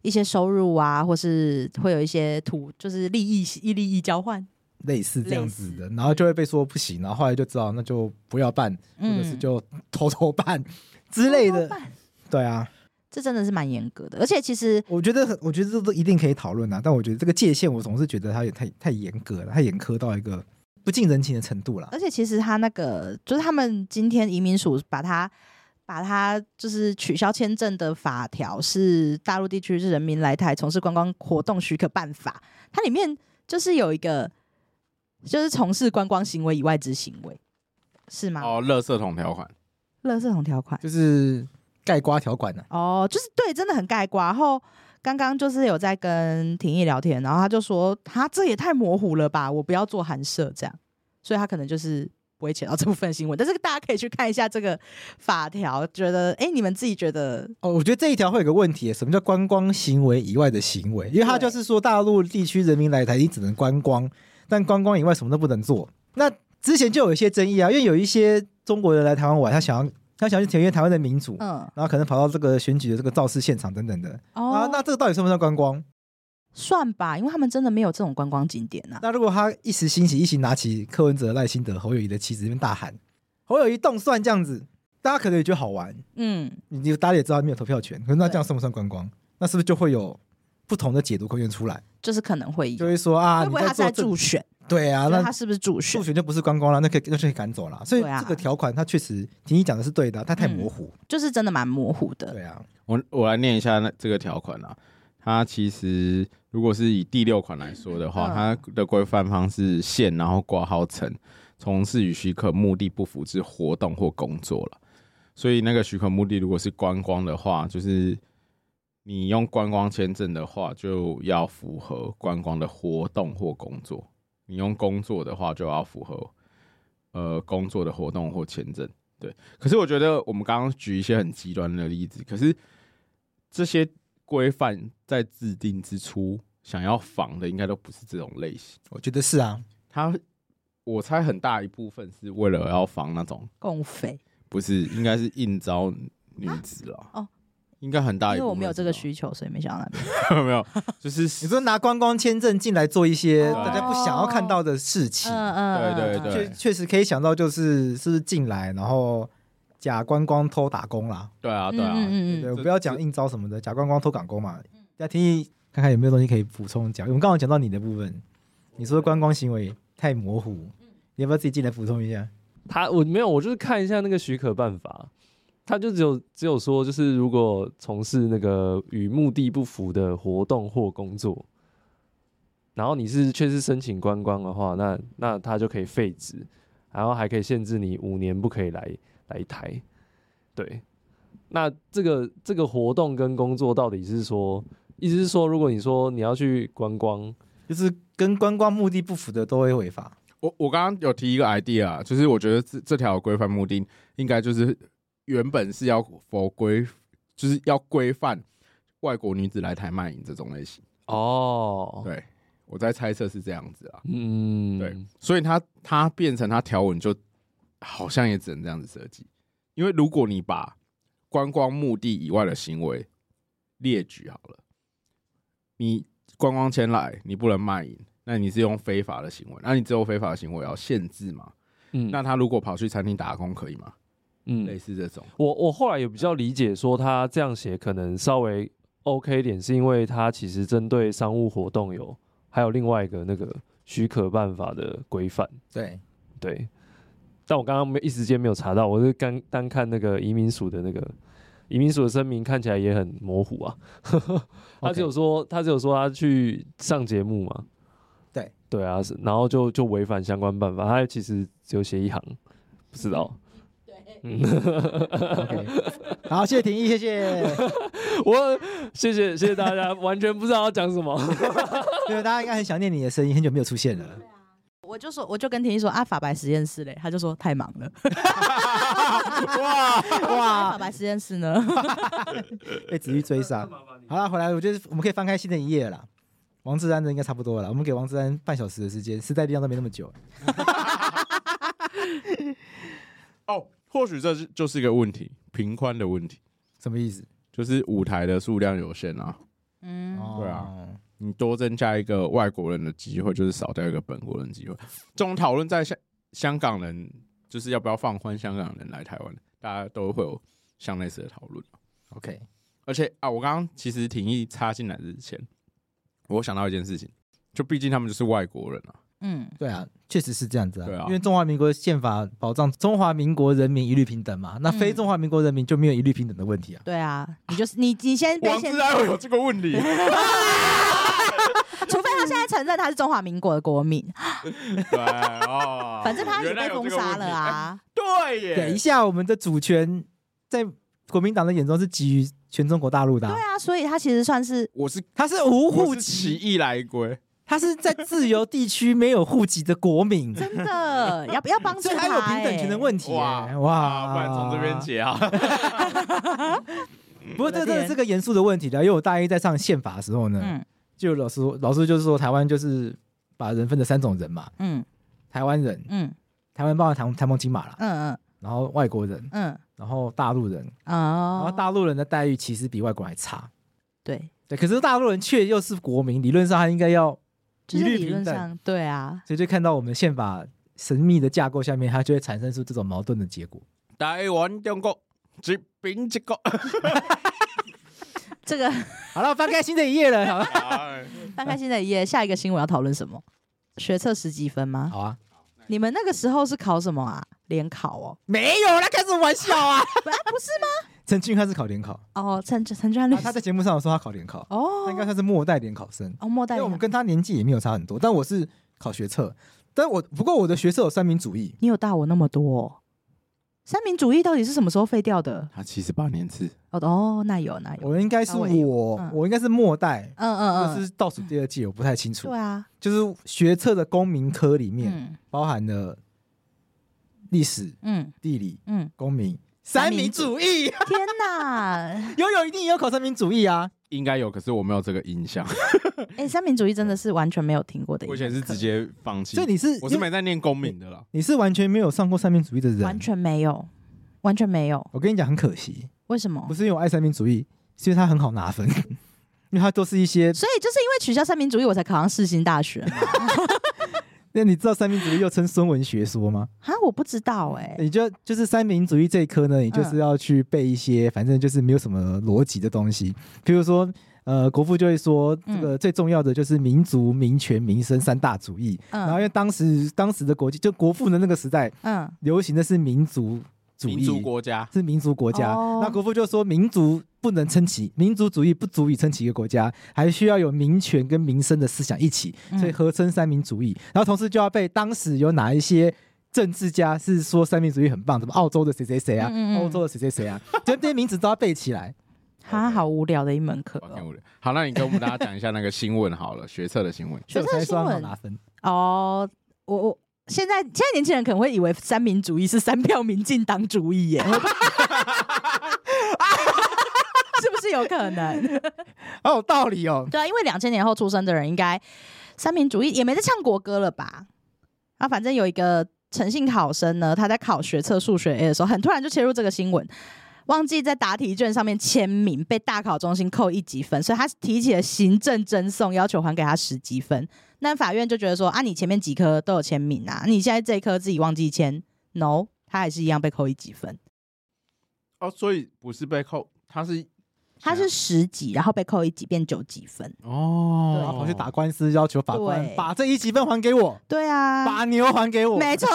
S3: 一些收入啊，或是会有一些图，就是利益利益交换，
S1: 类似这样子的，然后就会被说不行，然后后来就知道那就不要办，或
S3: 嗯
S1: 者是就偷偷办之类
S3: 怎么
S1: 的。
S3: 办
S1: 对啊，
S3: 这真的是蛮严格的，而且其实
S1: 我觉得很我觉得这都一定可以讨论啊，但我觉得这个界限我总是觉得它也太太严格了，太严苛到一个不近人情的程度了。
S3: 而且其实他那个就是他们今天移民署把他把他就是取消签证的法条是《大陆地区人民来台从事观光活动许可办法》，它里面就是有一个就是从事观光行为以外之行为，是吗？
S2: 哦，垃圾桶条款，
S3: 乐色桶条款
S1: 就是盖瓜条款呢、啊
S3: 哦，就是对，真的很盖瓜。然后刚刚就是有在跟廷义聊天，然后他就说：“他这也太模糊了吧，我不要做寒舍这样。”所以他可能就是不会写到这部分新闻，但是大家可以去看一下这个法条，觉得哎，诶你们自己觉得
S1: 哦，我觉得这一条会有个问题，什么叫观光行为以外的行为？因为它就
S3: 对
S1: 是说大陆地区人民来台，你只能观光，但观光以外什么都不能做。那之前就有一些争议啊，因为有一些中国人来台湾玩，他想要他想要去体验台湾的民主，
S3: 嗯
S1: 然后可能跑到这个选举的这个造势现场等等的、啊
S3: 哦，，
S1: 那这个到底算不算观光？
S3: 算吧，因为他们真的没有这种观光景点呐、
S1: 那如果他一时兴起，一起拿起柯文哲、赖清德、侯友谊的旗子，那边大喊“侯友谊动算”这样子，大家可能也觉得好玩，
S3: 嗯，
S1: 你你大家也知道他没有投票权，可是那
S3: 对
S1: 这样算不算观光？那是不是就会有不同的解读空间出来？
S3: 就是可能会
S1: 就
S3: 有。
S1: 会说啊，
S3: 会
S1: 你
S3: 不会他是在
S1: 在做
S3: 助选？
S1: 这对啊，
S3: 就是
S1: 那
S3: 他是不是助选
S1: 助？选就不是观光了，那可以那就可以赶走了。所以
S3: 对啊嗯
S1: 这个条款它确实，婷婷讲的是对的啊，它太模糊。
S3: 就是真的蛮模糊的。
S1: 对啊，
S2: 我我来念一下那这个条款啊，它其实如果是以第六款来说的话，
S3: 嗯
S2: 它的规范方式县，然后挂号层，从事与许可目的不符之活动或工作了。所以那个许可目的如果是观光的话，就是你用观光签证的话，就要符合观光的活动或工作；你用工作的话，就要符合呃工作的活动或签证。对，可是我觉得我们刚刚举一些很极端的例子，可是这些规范在制定之初，想要防的应该都不是这种类型。
S1: 我觉得是啊，
S2: 它，我猜很大一部分是为了要防那种
S3: 共匪
S2: 不是，应该是应招女子啦。
S3: 哦，
S2: 应该很大
S3: 因
S2: 一部分是吧。
S3: 为我没有这个需求，所以没想到那 边。
S2: 没有， 就是
S1: 你说拿观光签证进来做一些
S2: 对
S1: 大家不想要看到的事情，
S3: 嗯嗯，
S2: 对对
S3: 嗯
S2: 对
S1: 确确实可以想到就是是不是进来然后假观光偷打工啦，
S2: 对啊，
S3: 嗯
S2: 对啊，
S3: 嗯嗯
S1: 对，
S3: 嗯，
S1: 我不要讲应招什么的，假观光偷赶工嘛。大家听听看看有没有东西可以补充讲。我们刚刚讲到你的部分，你说观光行为太模糊，你要不要自己进来补充一下？
S4: 他我没有，我就是看一下那个许可办法，他就只有只有说，就是如果从事那个与目的不符的活动或工作，然后你是确实申请观光的话，那那他就可以废止，然后还可以限制你五年不可以来来台。对，那这个这个活动跟工作到底是说，意思是说，如果你说你要去观光，
S1: 就是跟观光目的不符的都会违法。
S2: 我我刚刚有提一个 idea，啊就是我觉得这这条规范目的应该就是原本是要否规，就是要规范外国女子来台卖淫这种类型。
S4: 哦，
S2: 对我在猜测是这样子啊，
S4: 嗯，
S2: 对，所以它它变成它条文就好像也只能这样子设计，因为如果你把观光目的以外的行为列举好了，你观光前来你不能卖淫，那你是用非法的行为，啊那你只有非法的行为要限制嘛？
S4: 嗯，
S2: 那他如果跑去餐厅打工可以吗？
S4: 嗯
S2: 类似这种，
S4: 我我后来也比较理解，说他这样写可能稍微 OK 一点，是因为他其实针对商务活动有还有另外一个那个许可办法的规范，
S1: 对，
S4: 对。但我刚刚没一时间没有查到，我是刚单看那个移民署的那个移民署的声明，看起来也很模糊啊。他只有说他只有说他去上节目嘛，
S1: 对
S4: 对啊，是然后就就违反相关办法，他其实只有写一行，不知道。
S1: OK，好，谢谢婷一，谢谢。
S4: 我谢谢谢谢大家，完全不知道要讲什么。
S1: 对，大家应该很想念你的声音，很久没有出现了。
S3: 我就说，我就跟婷婷说啊，法白实验室嘞，他就说太忙 了。 哇哇，法白实验室呢？
S1: 被子玉追杀。好了，回来，我觉得我们可以翻开新的一页了啦。王志安的应该差不多了啦，我们给王志安半小时的时间，时代力量都没那么久。
S2: 哦，或许这是就是一个问题，频宽的问题，
S1: 什么意思？
S2: 就是舞台的数量有限啊。
S1: 哦
S3: 嗯，
S2: 对啊，你多增加一个外国人的机会，就是少掉一个本国人的机会。这种讨论在香香港人就是要不要放宽香港人来台湾，大家都会有像类似的讨论。
S1: ，OK，
S2: 而且啊，我刚刚其实廷义插进来之前，我想到一件事情，就毕竟他们就是外国人啊，
S3: 嗯，
S1: 对啊，确实是这样子啊。
S2: 对啊
S1: 因为中华民国宪法保障中华民国人民一律平等嘛，那非中华民国人民就没有一律平等的问题啊。
S3: 对啊，你就是你，你先被
S2: 王
S3: 限
S2: 志，安有这个问 题。
S3: 除非他现在承认他是中华民国的国民，
S2: 对哦，
S3: 反正他也被封杀了
S1: 哎
S3: 啊。
S2: 对耶，
S1: 等一下，我们的主权在国民党的眼中是基于全中国大陆的、啊
S3: 对，啊，所以他其实算是
S2: 我是
S1: 他是无户
S2: 我
S1: 籍
S2: 是起义来归，
S1: 他是在自由地区没有户籍的国 民，
S3: 真的要要帮助
S1: 所以
S3: 他
S1: 他有平等权的问
S3: 题。
S1: 题、欸。
S2: 啊
S1: 哇，
S2: 不然从这边。解啊。
S1: 不过这
S3: 我的
S1: 真的
S3: 天
S1: 是个严肃的问题啊的，因为我大一在上宪法的时候呢，
S3: 嗯
S1: 就有老师老师就是说台湾就是把人分成三种人嘛，
S3: 嗯
S1: 台湾人，
S3: 嗯
S1: 台湾包含台台湾金马啦，
S3: 嗯
S1: 然后外国人，
S3: 嗯
S1: 然后大陆人，
S3: 嗯
S1: 然后
S3: 哦，
S1: 大陆人的待遇其实比外国人还差。
S3: 对，
S1: 对，可是大陆人却又是国民，理论上他应该要
S3: 就
S1: 一
S3: 是
S1: 律
S3: 理
S1: 平
S3: 论
S1: 等，
S3: 上对啊，
S1: 所以就看到我们宪法神秘的架构下面，它就会产生出这种矛盾的结果。
S2: 台湾中国一边一个，
S3: 这个
S1: 好了，翻开新的一页了， 好吧
S2: 哎
S3: 翻开新的一页，下一个新闻要讨论什么？学测十几分吗？
S1: 好啊，
S3: 你们那个时候是考什么啊？联考哦？
S1: 没有啦，开什么玩笑啊？
S3: 不啊不是吗？
S1: 陈俊他是考联考，
S3: 哦，陈陈俊安律
S1: 他
S3: 师
S1: 啊他在节目上有说他考联考，他应该
S3: 哦
S1: 算是末代联考生。
S3: 哦，末代
S1: 因为
S3: 联
S1: 我们
S3: 考，
S1: 跟他年纪也没有差很多，但我是考学测，但我不过我的学测有三民主义，
S3: 你有大我那么多哦。三民主义到底是什么时候废掉的？
S2: 他七十八年次，
S3: 哦哦，那有那有，
S1: 我应该是
S3: 那我也有
S1: 我，
S3: 嗯
S1: 我应该是末代，
S3: 嗯
S1: 就
S3: 嗯嗯，
S1: 是倒数第二届，我不太清楚
S3: 对。啊，
S1: 就是学测的公民科里面
S3: 嗯
S1: 包含了历史、
S3: 嗯
S1: 地理、
S3: 嗯，
S1: 公民、
S3: 三
S1: 三
S3: 民
S1: 民
S3: 主
S1: 主义，
S3: 天哪！
S1: 游泳一定也有考三民主义啊。
S2: 应该有，可是我没有这个印象。
S3: 哎、三民主义真的是完全没有听过的一
S2: 我
S3: 门
S2: 以
S3: 课，
S2: 前是直接放弃，
S1: 所以你是
S2: 我是
S1: 因为
S2: 没在念公民的啦。
S1: 你是完全没有上过三民主义的人，
S3: 完全没有，完全没有。
S1: 我跟你讲很可惜，
S3: 为什么
S1: 不？是因为我爱三民主义，所以它很好拿分， 因为它都是一些。
S3: 所以就是因为取消三民主义，我才考上世新大学嘛。
S1: 那你知道三民主义又称孙文学说吗？
S3: 啊，我不知道哎、
S1: 你就就是三民主义这一科
S3: 嗯
S1: 呢，你就是要去背一些，反正就是没有什么逻辑的东西，比如说。呃，国父就会说，
S3: 嗯
S1: 这个最重要的就是民族、民权、民生三大主义。然后，因
S3: 嗯
S1: 为当时当时的国际，就国父的那个时代，
S3: 嗯，
S1: 流行的是民族主义，
S2: 民族国家，
S1: 是民族国家。
S3: 哦
S1: 那国父就说，民族不能撑起，民族主义不足以撑起一个国家，还需要有民权跟民生的思想一起，
S3: 嗯
S1: 所以合称三民主义。然后同时就要被当时有哪一些。政治家是说三民主义很棒，什么澳洲的谁谁谁啊，
S3: 嗯嗯嗯
S1: 欧洲的谁谁谁啊，就这些名字都要背起来。
S3: 他好无聊的一门课
S2: 哇
S3: 哦
S2: 天无聊好，那你跟我们大家讲一下那个新闻好了，学测的新闻。
S3: 学
S1: 这
S3: 测
S1: 才
S3: 新
S1: 算好
S3: 闻
S1: 拿分。
S3: 哦。我我现在现在年轻人可能会以为三民主义是三票民进党主义耶， 是不是有可能？
S1: 好有道理哦。
S3: 对啊，因为两千年后出生的人应该三民主义也没在唱国歌了吧？啊，反正有一个诚信考生呢，他在考学测数学 A 的时候，很突然就切入这个新闻，忘记在答题卷上面签名，被大考中心扣一级分，所以他提起了行政争讼，要求还给他十级分。那法院就觉得说啊，你前面几科都有签名啊，你现在这一科自己忘记签，no，他还是一样被扣一级分，
S2: 哦，所以不是被扣，他是
S3: 他
S2: 啊
S3: 是十级，然后被扣一级变九级分。对
S1: 然后
S2: 哦
S1: 跑去打官司，要求法官
S3: 对
S1: 把这一积分还给我，
S3: 对啊，
S1: 把牛还给我。
S3: 没错，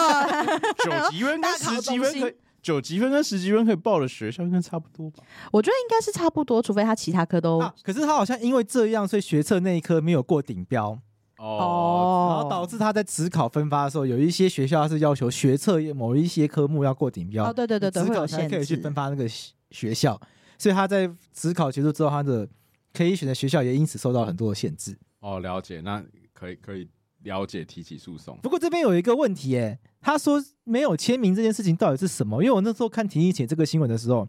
S2: 九级分
S3: 大
S2: 跟
S3: 考
S2: 十级
S3: 中
S2: 分
S3: 心
S2: 可以，九级分跟十级分可以报的学校应该差不多吧？
S3: 我觉得应该是差不多，除非他其他科都、
S1: 啊可是他好像因为这样，所以学测那一科没有过顶标，
S2: 哦
S1: 哦
S3: 哦
S1: 然后导致他在职考分发的时候，有一些学校是要求学测某一些科目要过顶标，
S3: 哦，对对对对，
S1: 职
S3: 会有
S1: 考才
S3: 限
S1: 可以去
S3: 制。
S1: 分发那个学学校，所以他在职考结束之后，他的可以选的学校也因此受到很多的限制。
S2: 哦，了解，那可以可以了解提起诉讼。
S1: 不过这边有一个问题、耶，他说没有签名这件事情到底是什么？因为我那时候看田一姐这个新闻的时候，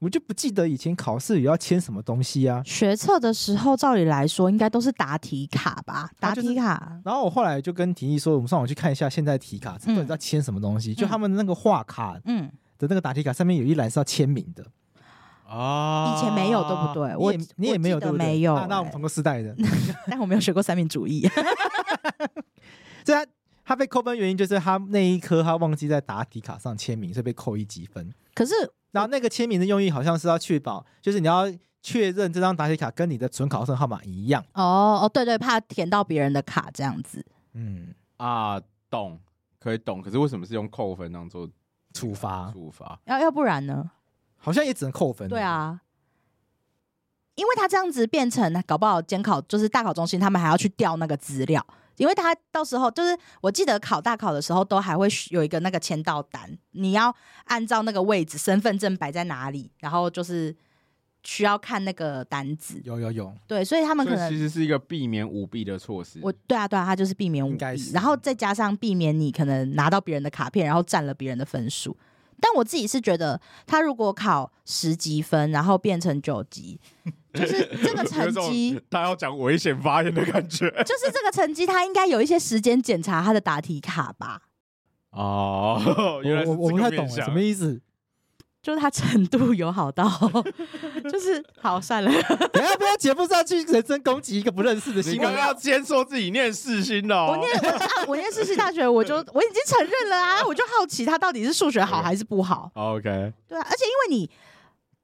S1: 我就不记得以前考试也要签什么东西啊。
S3: 学测的时候，照理来说应该都是答题卡吧？
S1: 它
S3: 答
S1: 啊就是
S3: 题卡，
S1: 然后我后来就跟廷义说，我们上网去看一下现在题卡，这到底要签什么东西？就他们那个画卡的
S3: 嗯，
S1: 那个答题卡上面有一栏是要签名的，
S2: 啊
S3: 以前没有，对不？对？我
S1: 你也你也没有
S3: 我记
S1: 对
S3: 得
S1: 不对？
S3: 没有、
S1: 啊那我们
S3: 欸
S1: 同个时代的，
S3: 但我没有学过三民主义。
S1: 所以他他被扣分原因就是他那一科他忘记在答题卡上签名，所以被扣一积分。
S3: 可是
S1: 然后那个签名的用意好像是要确保，就是你要确认这张答题卡跟你的准考证号码一样。
S3: 哦哦，对对，怕填到别人的卡这样子。
S1: 嗯，
S2: 啊，懂，可以懂。可是为什么是用扣分当做
S1: 处罚
S2: 处罚？
S3: 要要不然呢？
S1: 好像也只能扣分。
S3: 对，啊，因为他这样子变成，搞不好监考就是大考中心，他们还要去调那个资料，因为他到时候就是我记得考大考的时候，都还会有一个那个签到单，你要按照那个位置，身份证摆在哪里，然后就是需要看那个单子。
S1: 有有
S2: 哦
S1: 有，
S3: 对，所以他们
S2: 所
S3: 可
S2: 以其
S3: 能
S2: 实是一个避免舞弊的措施。
S3: 我对啊对啊，他就是避免舞
S1: 应该
S3: 弊，
S1: 是
S3: 然后再加上避免你可能拿到别人的卡片，然后占了别人的分数。但我自己是觉得，他如果考十级分，然后变成九级，就是 这个成绩，
S2: 他要讲危险发言的感 觉
S3: 就是这个成绩，他应该有一些时间检查他的答题卡吧。
S2: 哦。原来是
S1: 我我我
S2: 这
S1: 不
S2: 个
S1: 太
S2: 面
S1: 懂
S2: 向
S1: 什么意思。
S3: 就是他程度有好到， 就是好算了，
S1: 等一下不要节目上去人身攻击一个不认识的
S2: 你
S1: 新
S2: 刚
S1: 闻
S2: 刚。要先说自己念世新的
S3: 我
S2: 哦，
S3: 念我啊，我念世新大学，我就我已经承认了啊，我就好奇他到底是数学好还是不好。
S2: OK，
S3: 对啊，而且因为你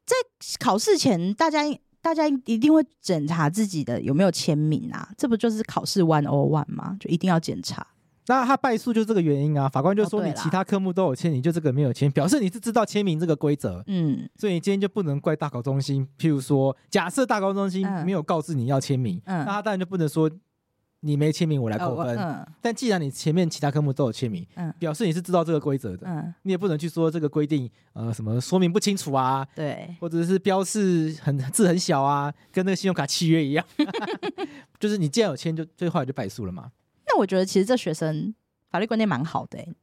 S3: 在考试前，大家大家一定会检查自己的有没有签名啊，这不就是考试 one o one 吗？就一定要检查。
S1: 那他败诉就这个原因啊，法官就
S3: 哦
S1: 说
S3: 对
S1: 你
S3: 啦
S1: 其他科目都有签，你就这个没有签，表示你是知道签名这个规则，
S3: 嗯
S1: 所以你今天就不能怪大考中心。譬如说，假设大考中心
S3: 嗯
S1: 没有告知你要签名，
S3: 嗯
S1: 那他当然就不能说你没签名我来
S3: 哦
S1: 扣
S3: 我
S1: 分。
S3: 嗯
S1: 但既然你前面其他科目都有签名，
S3: 嗯
S1: 表示你是知道这个规则的，
S3: 嗯，
S1: 你也不能去说这个规定呃什么说明不清楚啊，
S3: 对，
S1: 或者是标示很字很小啊，跟那个信用卡契约一样， 就是你既然有签就最后来就败诉了嘛。
S3: 那我觉得其实这学生法律观念蛮好的、欸，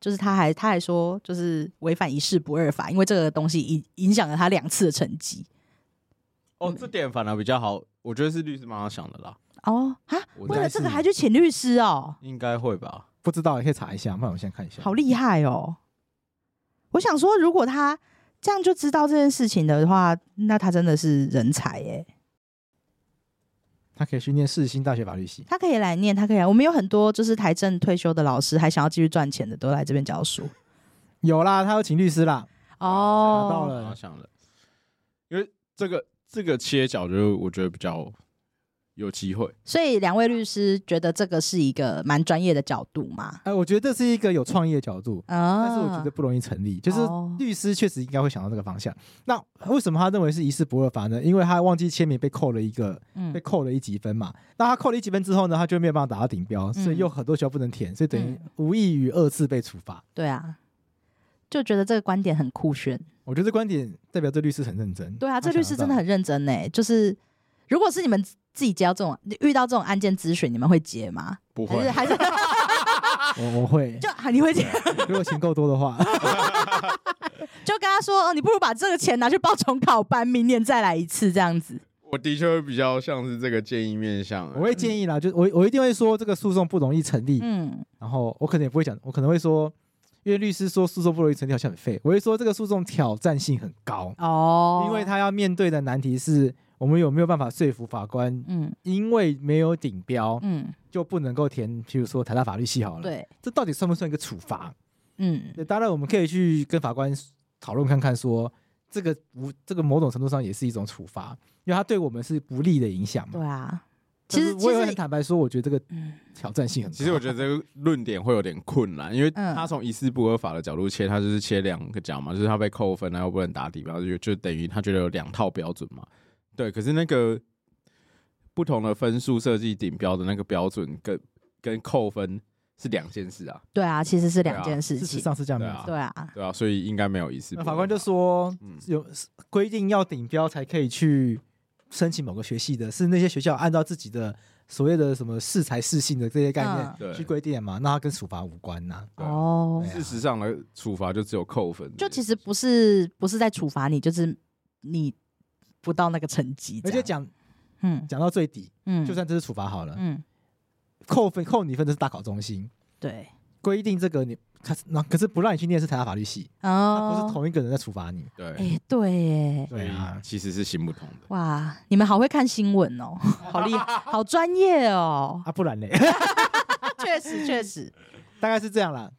S3: 就是他还他还说就是违反一事不二法，因为这个东西影影响了他两次的成绩。
S2: 哦，这点反而比较好，我觉得是律师帮他想的啦，
S3: 哦啊，
S2: 我
S3: 为了这个
S1: 是
S3: 还去请律师哦，
S2: 应该会吧？
S1: 不知道也可以查一下，不然我先看一下。
S3: 好厉害哦！我想说，如果他这样就知道这件事情的话，那他真的是人才耶、
S1: 他可以去念世新大学法律系。
S3: 他可以来念，他可以来。我们有很多就是台政退休的老师，还想要继续赚钱的，都来这边教书。
S1: 有啦，他要请律师啦。
S3: 哦，
S1: 到了
S2: 好想了，因为这个这个切角就我觉得比较有机会，
S3: 所以两位律师觉得这个是一个蛮专业的角度嘛？
S1: 哎、我觉得这是一个有创意的角度，
S3: 啊，
S1: 但是我觉得不容易成立。就是
S3: 哦
S1: 律师确实应该会想到这个方向。那为什么他认为是一事不二法呢？因为他忘记签名被扣了一个被
S3: 嗯
S1: 扣了一级分嘛。那他扣了一级分之后呢，他就没有办法打到顶标，所以又很多学校不能填，所以等于
S3: 嗯
S1: 无异于二次被处罚。
S3: 对啊，就觉得这个观点很酷炫。
S1: 我觉得这观点代表这律师很认真。
S3: 对啊，
S1: 他
S3: 这
S1: 想
S3: 律师
S1: 得
S3: 真
S1: 到
S3: 的很认真呢。就是如果是你们自己接到这种遇到这种案件咨询，你们会接吗？
S2: 不
S3: 还是
S2: 会
S3: 还是，
S1: 我我会
S3: 就啊你会接？
S1: 如果钱够多的话，
S3: 就跟他说，哦，你不如把这个钱拿去报重考班，明年再来一次这样子。
S2: 我的确会比较像是这个建议面向，啊
S1: 我会建议啦，就是我我一定会说这个诉讼不容易成立，
S3: 嗯，
S1: 然后我可能也不会讲，我可能会说，因为律师说诉讼不容易成立好像很废，我会说这个诉讼挑战性很高，
S3: 哦，
S1: 因为他要面对的难题是我们有没有办法说服法官，
S3: 嗯
S1: 因为没有顶标
S3: 嗯，
S1: 就不能够填，譬如说台大法律系好了，，
S3: 对，
S1: 这到底算不算一个处罚？
S3: 嗯
S1: 那当然我们可以去跟法官讨论看看说。这个无这个某种程度上也是一种处罚，因为它对我们是不利的影响嘛
S3: 对。啊。
S1: 但
S3: 其
S1: 是
S3: 实其
S1: 我也会很
S3: 实
S1: 坦白说，我觉得这个
S3: 嗯
S1: 挑战性很高。
S2: 其实我觉得这个论点会有点困难，因为
S3: 嗯
S2: 他从一事不合法的角度切，他就是切两个角嘛，就是他被扣分，然后不能打底标，就就等于他觉得有两套标准嘛。对，可是那个不同的分数设计顶标的那个标准跟跟扣分是两件事啊，
S3: 对啊，其实是
S2: 对
S3: 两
S2: 啊
S3: 件事
S1: 事实
S3: 情。
S1: 上是这样没有
S2: 对啊
S1: 错。
S3: 对啊，
S2: 对啊，所以应该没有一事不
S1: 那
S2: 合
S1: 法官就，说
S2: 嗯，
S1: 有规定要顶标才可以去申请某个学系的，是那些学校按照自己的所谓的什么适才适性的这些概
S3: 嗯
S1: 念
S2: 对
S1: 去规定的嘛，那它跟处罚无关呐、
S2: 对
S3: 哦
S1: 对，啊
S2: 事实上的处罚就只有扣分，
S3: 就其实不是不是在处罚你，就是你不到那个成绩这
S1: 而
S3: 样。
S1: 且讲
S3: 嗯
S1: 讲到最底，
S3: 嗯，
S1: 就算这是处罚好了，
S3: 嗯
S1: 扣分扣你分这是大考中心
S3: 对
S1: 规定这个你，可是那可是不让你去念是台大法律系，它
S3: 哦，
S1: 不是同一个人在处罚你。
S2: 对，哎
S3: 哎对耶，
S1: 对啊，
S2: 其实是行不通的。
S3: 哇，你们好会看新闻哦，好厉害，好专业哦，
S1: 啊不然嘞，
S3: 确实确实，
S1: 大概是这样啦。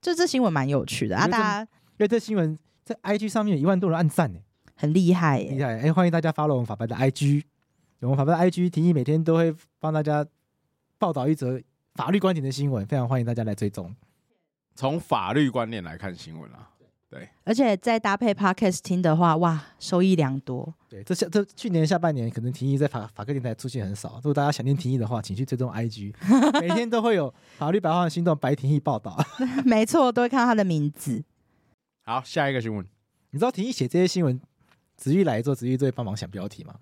S3: 就这新闻蛮有趣的啊，
S1: 我觉得这
S3: 大家
S1: 因为这新闻在 IG 上面有一万多人按赞呢，
S3: 很厉害耶，
S1: 厉害！哎、欢迎大家 follow 我们法白的 IG，我们法白的 IG 提议每天都会帮大家报道一则法律观点的新闻，非常欢迎大家来追踪。
S2: 从法律观念来看新闻啊，
S3: 而且再搭配 podcast 听的话，哇，收益良多。
S1: 对，这下这去年下半年可能提议在法法科电台出现很少，如果大家想念提议的话，请去追踪 IG，每天都会有法律白话的心动白提议报道。
S3: 没错，都会看到他的名字。
S2: 好，下一个新闻，
S1: 你知道提议写这些新闻，子玉来做，子玉都会帮忙想标题吗？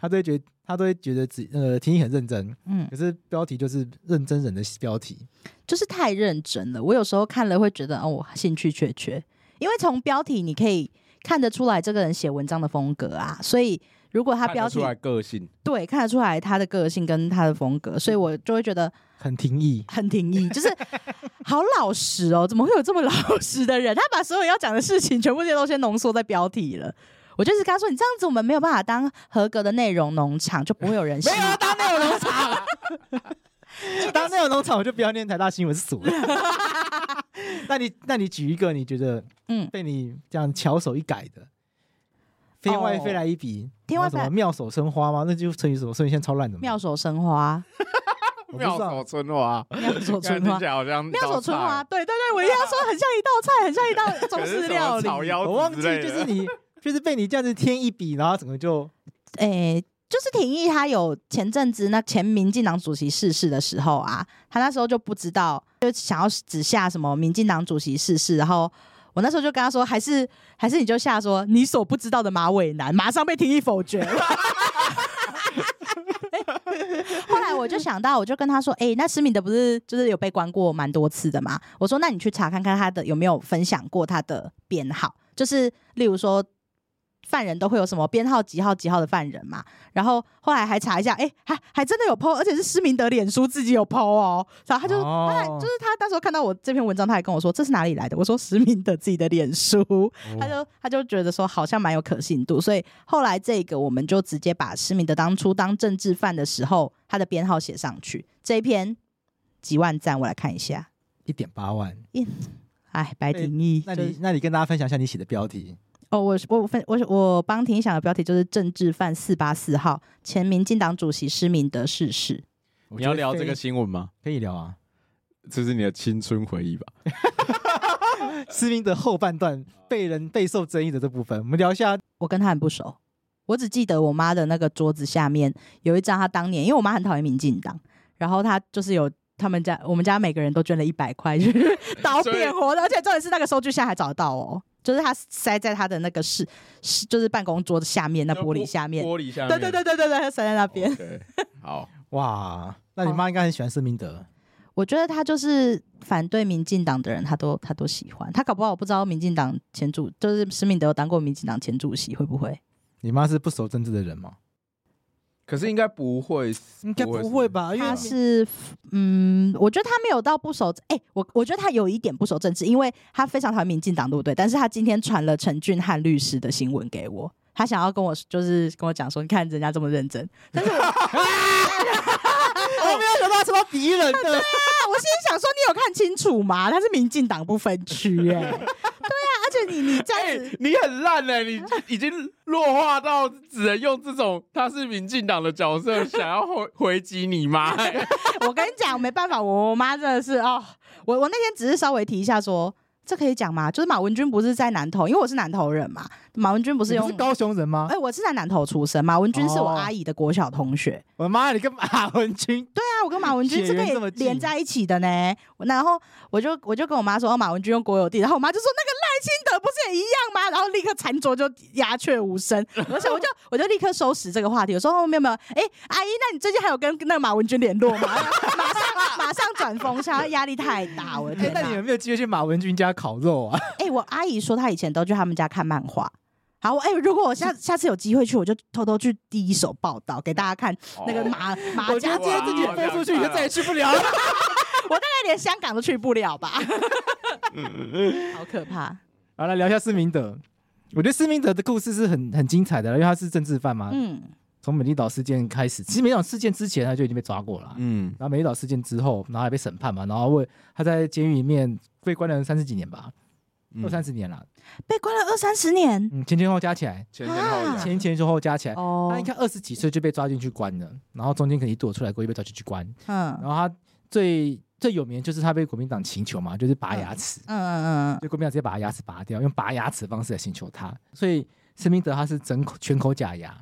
S1: 他都会觉他都会觉得子呃提议很认真，
S3: 嗯，
S1: 可是标题就是认真人的标题。
S3: 就是太认真了。我有时候看了会觉得，哦，我兴趣缺缺，因为从标题你可以看得出来这个人写文章的风格啊。所以如果他
S2: 看
S3: 标
S2: 得
S3: 题
S2: 出来个性，
S3: 对看得出来他的个性跟他的风格，所以我就会觉得
S1: 很廷议，
S3: 很挺意，就是好老实哦，怎么会有这么老实的人？他把所有要讲的事情全部都先浓缩在标题了。我就是跟他说，你这样子我们没有办法当合格的内容农场，就不会有人没有啊当内容农场。
S1: 当内容农场我就不要念台大新闻所了。 那你那你举一个你觉得
S3: 嗯
S1: 嗯被你这样巧手一改的，天外飞来一笔，
S3: 哦天外飞来
S1: 然后什么妙手生花吗？那就成语什么？成语现在超烂的嘛
S3: 妙手生花，
S1: 我不知
S2: 妙
S1: 道
S2: 手春华，
S3: 妙手
S2: 看
S3: 春
S2: 起
S3: 花，
S2: 来好像
S3: 妙
S2: 道
S3: 手春
S2: 菜
S3: 花，对对对，我一定要说很像一道菜，很像一 道中式料理。
S1: 我忘记就是你就是被你这样子添一笔，然后整个就
S3: 诶、就是廷义他有前阵子那前民进党主席逝世的时候啊，他那时候就不知道，就想要只下什么民进党主席逝世，然后。我那时候就跟他说，还是还是你就下说你所不知道的马尾男，马上被廷义否决。后来我就想到，我就跟他说，哎、那施敏德不是就是有被关过蛮多次的嘛？我说，那你去查看看他的有没有分享过他的编号，就是例如说犯人都会有什么编号几号几号的犯人嘛。然后后来还查一下，哎、还还真的有 PO，而且是施明德脸书自己有 PO 哦。然后他就、
S1: 哦
S3: 他还就是他那时候看到我这篇文章，他还跟我说这是哪里来的？我说施明德自己的脸书，他就他就觉得说好像蛮有可信度，所以后来这个我们就直接把施明德当初当政治犯的时候他的编号写上去。这一篇几万赞，我来看一下。
S1: 一点八万。
S3: 哎，白廷义，
S1: 那
S3: 就是
S1: 你那你跟大家分享一下你写的标题，
S3: 哦，我是我分我是我帮婷想的标题就是“政治犯四八四号前民进党主席施明德逝世
S1: 我
S2: 你要
S1: 觉得
S2: 聊这
S1: 非
S2: 个新闻吗？
S1: 可以聊啊。
S2: 这是你的青春回忆吧？
S1: 斯宾的后半段被人备受争议的这部分，我们聊一下”，
S3: 我跟他很不熟，我只记得我妈的那个桌子下面有一张她当年，因为我妈很讨厌民进党，然后她就是有。他们家我们家每个人都捐了一百块， 就是倒
S2: 所以
S3: 扁活的，而且重点是那个收据现在还找得到哦，就是他塞在他的那个室室，就是办公桌的下面那玻璃下面，
S2: 玻璃下面，哦
S3: 对对对对对对，它塞在那边。
S2: 对，好，
S1: 哇，那你妈应该很喜欢斯宾德，
S3: 我觉得他就是反对民进党的人，他都他都喜欢。他搞不好我不知道民进党前主，就是施明德有当过民进党前主席，会不会？
S1: 你妈是不熟政治的人吗？
S2: 可是应该不会，
S1: 应该不会？吧，因为
S3: 他是嗯，我觉得他没有到不熟。哎、我我觉得他有一点不熟政治，因为他非常讨厌民进党，对不对？但是他今天传了陈俊翰律师的新闻给我，他想要跟我就是跟我讲说，你看人家这么认真，但是我啊，
S1: 我没有想到他成到敌人的，
S3: 我心里想说，你有看清楚吗？他是民进党不分区、哎， 对啊，而且你你这样子。
S2: 哎你很烂哎、你已经弱化到只能用这种他是民进党的角色想要回回击你妈、欸
S1: 哎
S3: 我跟你讲，没办法，我妈真的是哦，我我那天只是稍微提一下说，这可以讲吗？就是马文君不是在南投，因为我是南投人嘛，马文君不是
S1: 你不
S3: 用
S1: 是。高雄人吗
S3: 哎、？我是在南投出生，马文君是我
S1: 啊哦
S3: 阿姨的国小同学。
S1: 我的哎妈，你跟马文君
S3: 对啊，我跟马文 君是
S1: 血
S3: 可
S1: 缘这么
S3: 以
S1: 近
S3: 连在一起的呢。然后我就我就跟我妈说，哦，马文君用国有地，然后我妈就说那个赖清德不是也一样吗？然后立刻餐桌就鸦雀无声，而且我就我就立刻收拾这个话题，我说哦没有没有，哎、阿姨，那你最近还有跟那个马文君联络吗？ 马上马上转风向，压力太大，我的
S1: 哎
S3: 天，哪！
S1: 那你有没有机会去马文君家烤肉 啊？
S3: 哎、我阿姨说她以前都去他们家看漫画。好，我哎、如果我下下次有机会去，我就偷偷去第一手报道给大家看
S2: 哦
S1: 哦
S3: 那个马、马
S1: 我觉
S3: 家
S1: 得今天这集
S3: 街这个，
S1: 飞出去，你就再也去不了了。
S3: 我大概连香港都去不了吧，
S1: 嗯
S3: 好可怕。
S1: 好，来聊一下斯明德。我觉得斯明德的故事是很很精彩的，因为他是政治犯嘛。
S3: 嗯，
S1: 从美丽岛事件开始，其实美丽岛事件之前他就已经被抓过了啊、
S2: 嗯，
S1: 然后美丽岛事件之后，然后还被审判嘛，然后为他在监狱里面被关了三十几年吧，
S2: 嗯
S3: 嗯
S1: 二三十年了，
S3: 被关了二三十年
S1: 嗯，前前后后加起来，
S2: 前前后
S3: 啊
S2: 后
S1: 前前后后加起来，
S3: 哦
S1: 他应该二十几岁就被抓进去关了，然后中间可能一度有出来过，又被抓进去关，
S3: 嗯
S1: 然后他最最有名的就是他被国民党请求嘛，就是拔牙齿，
S3: 嗯嗯嗯
S1: 就国民党直接把他牙齿拔掉，用拔牙齿的方式来请求他，所以施明德他是整口全口假牙，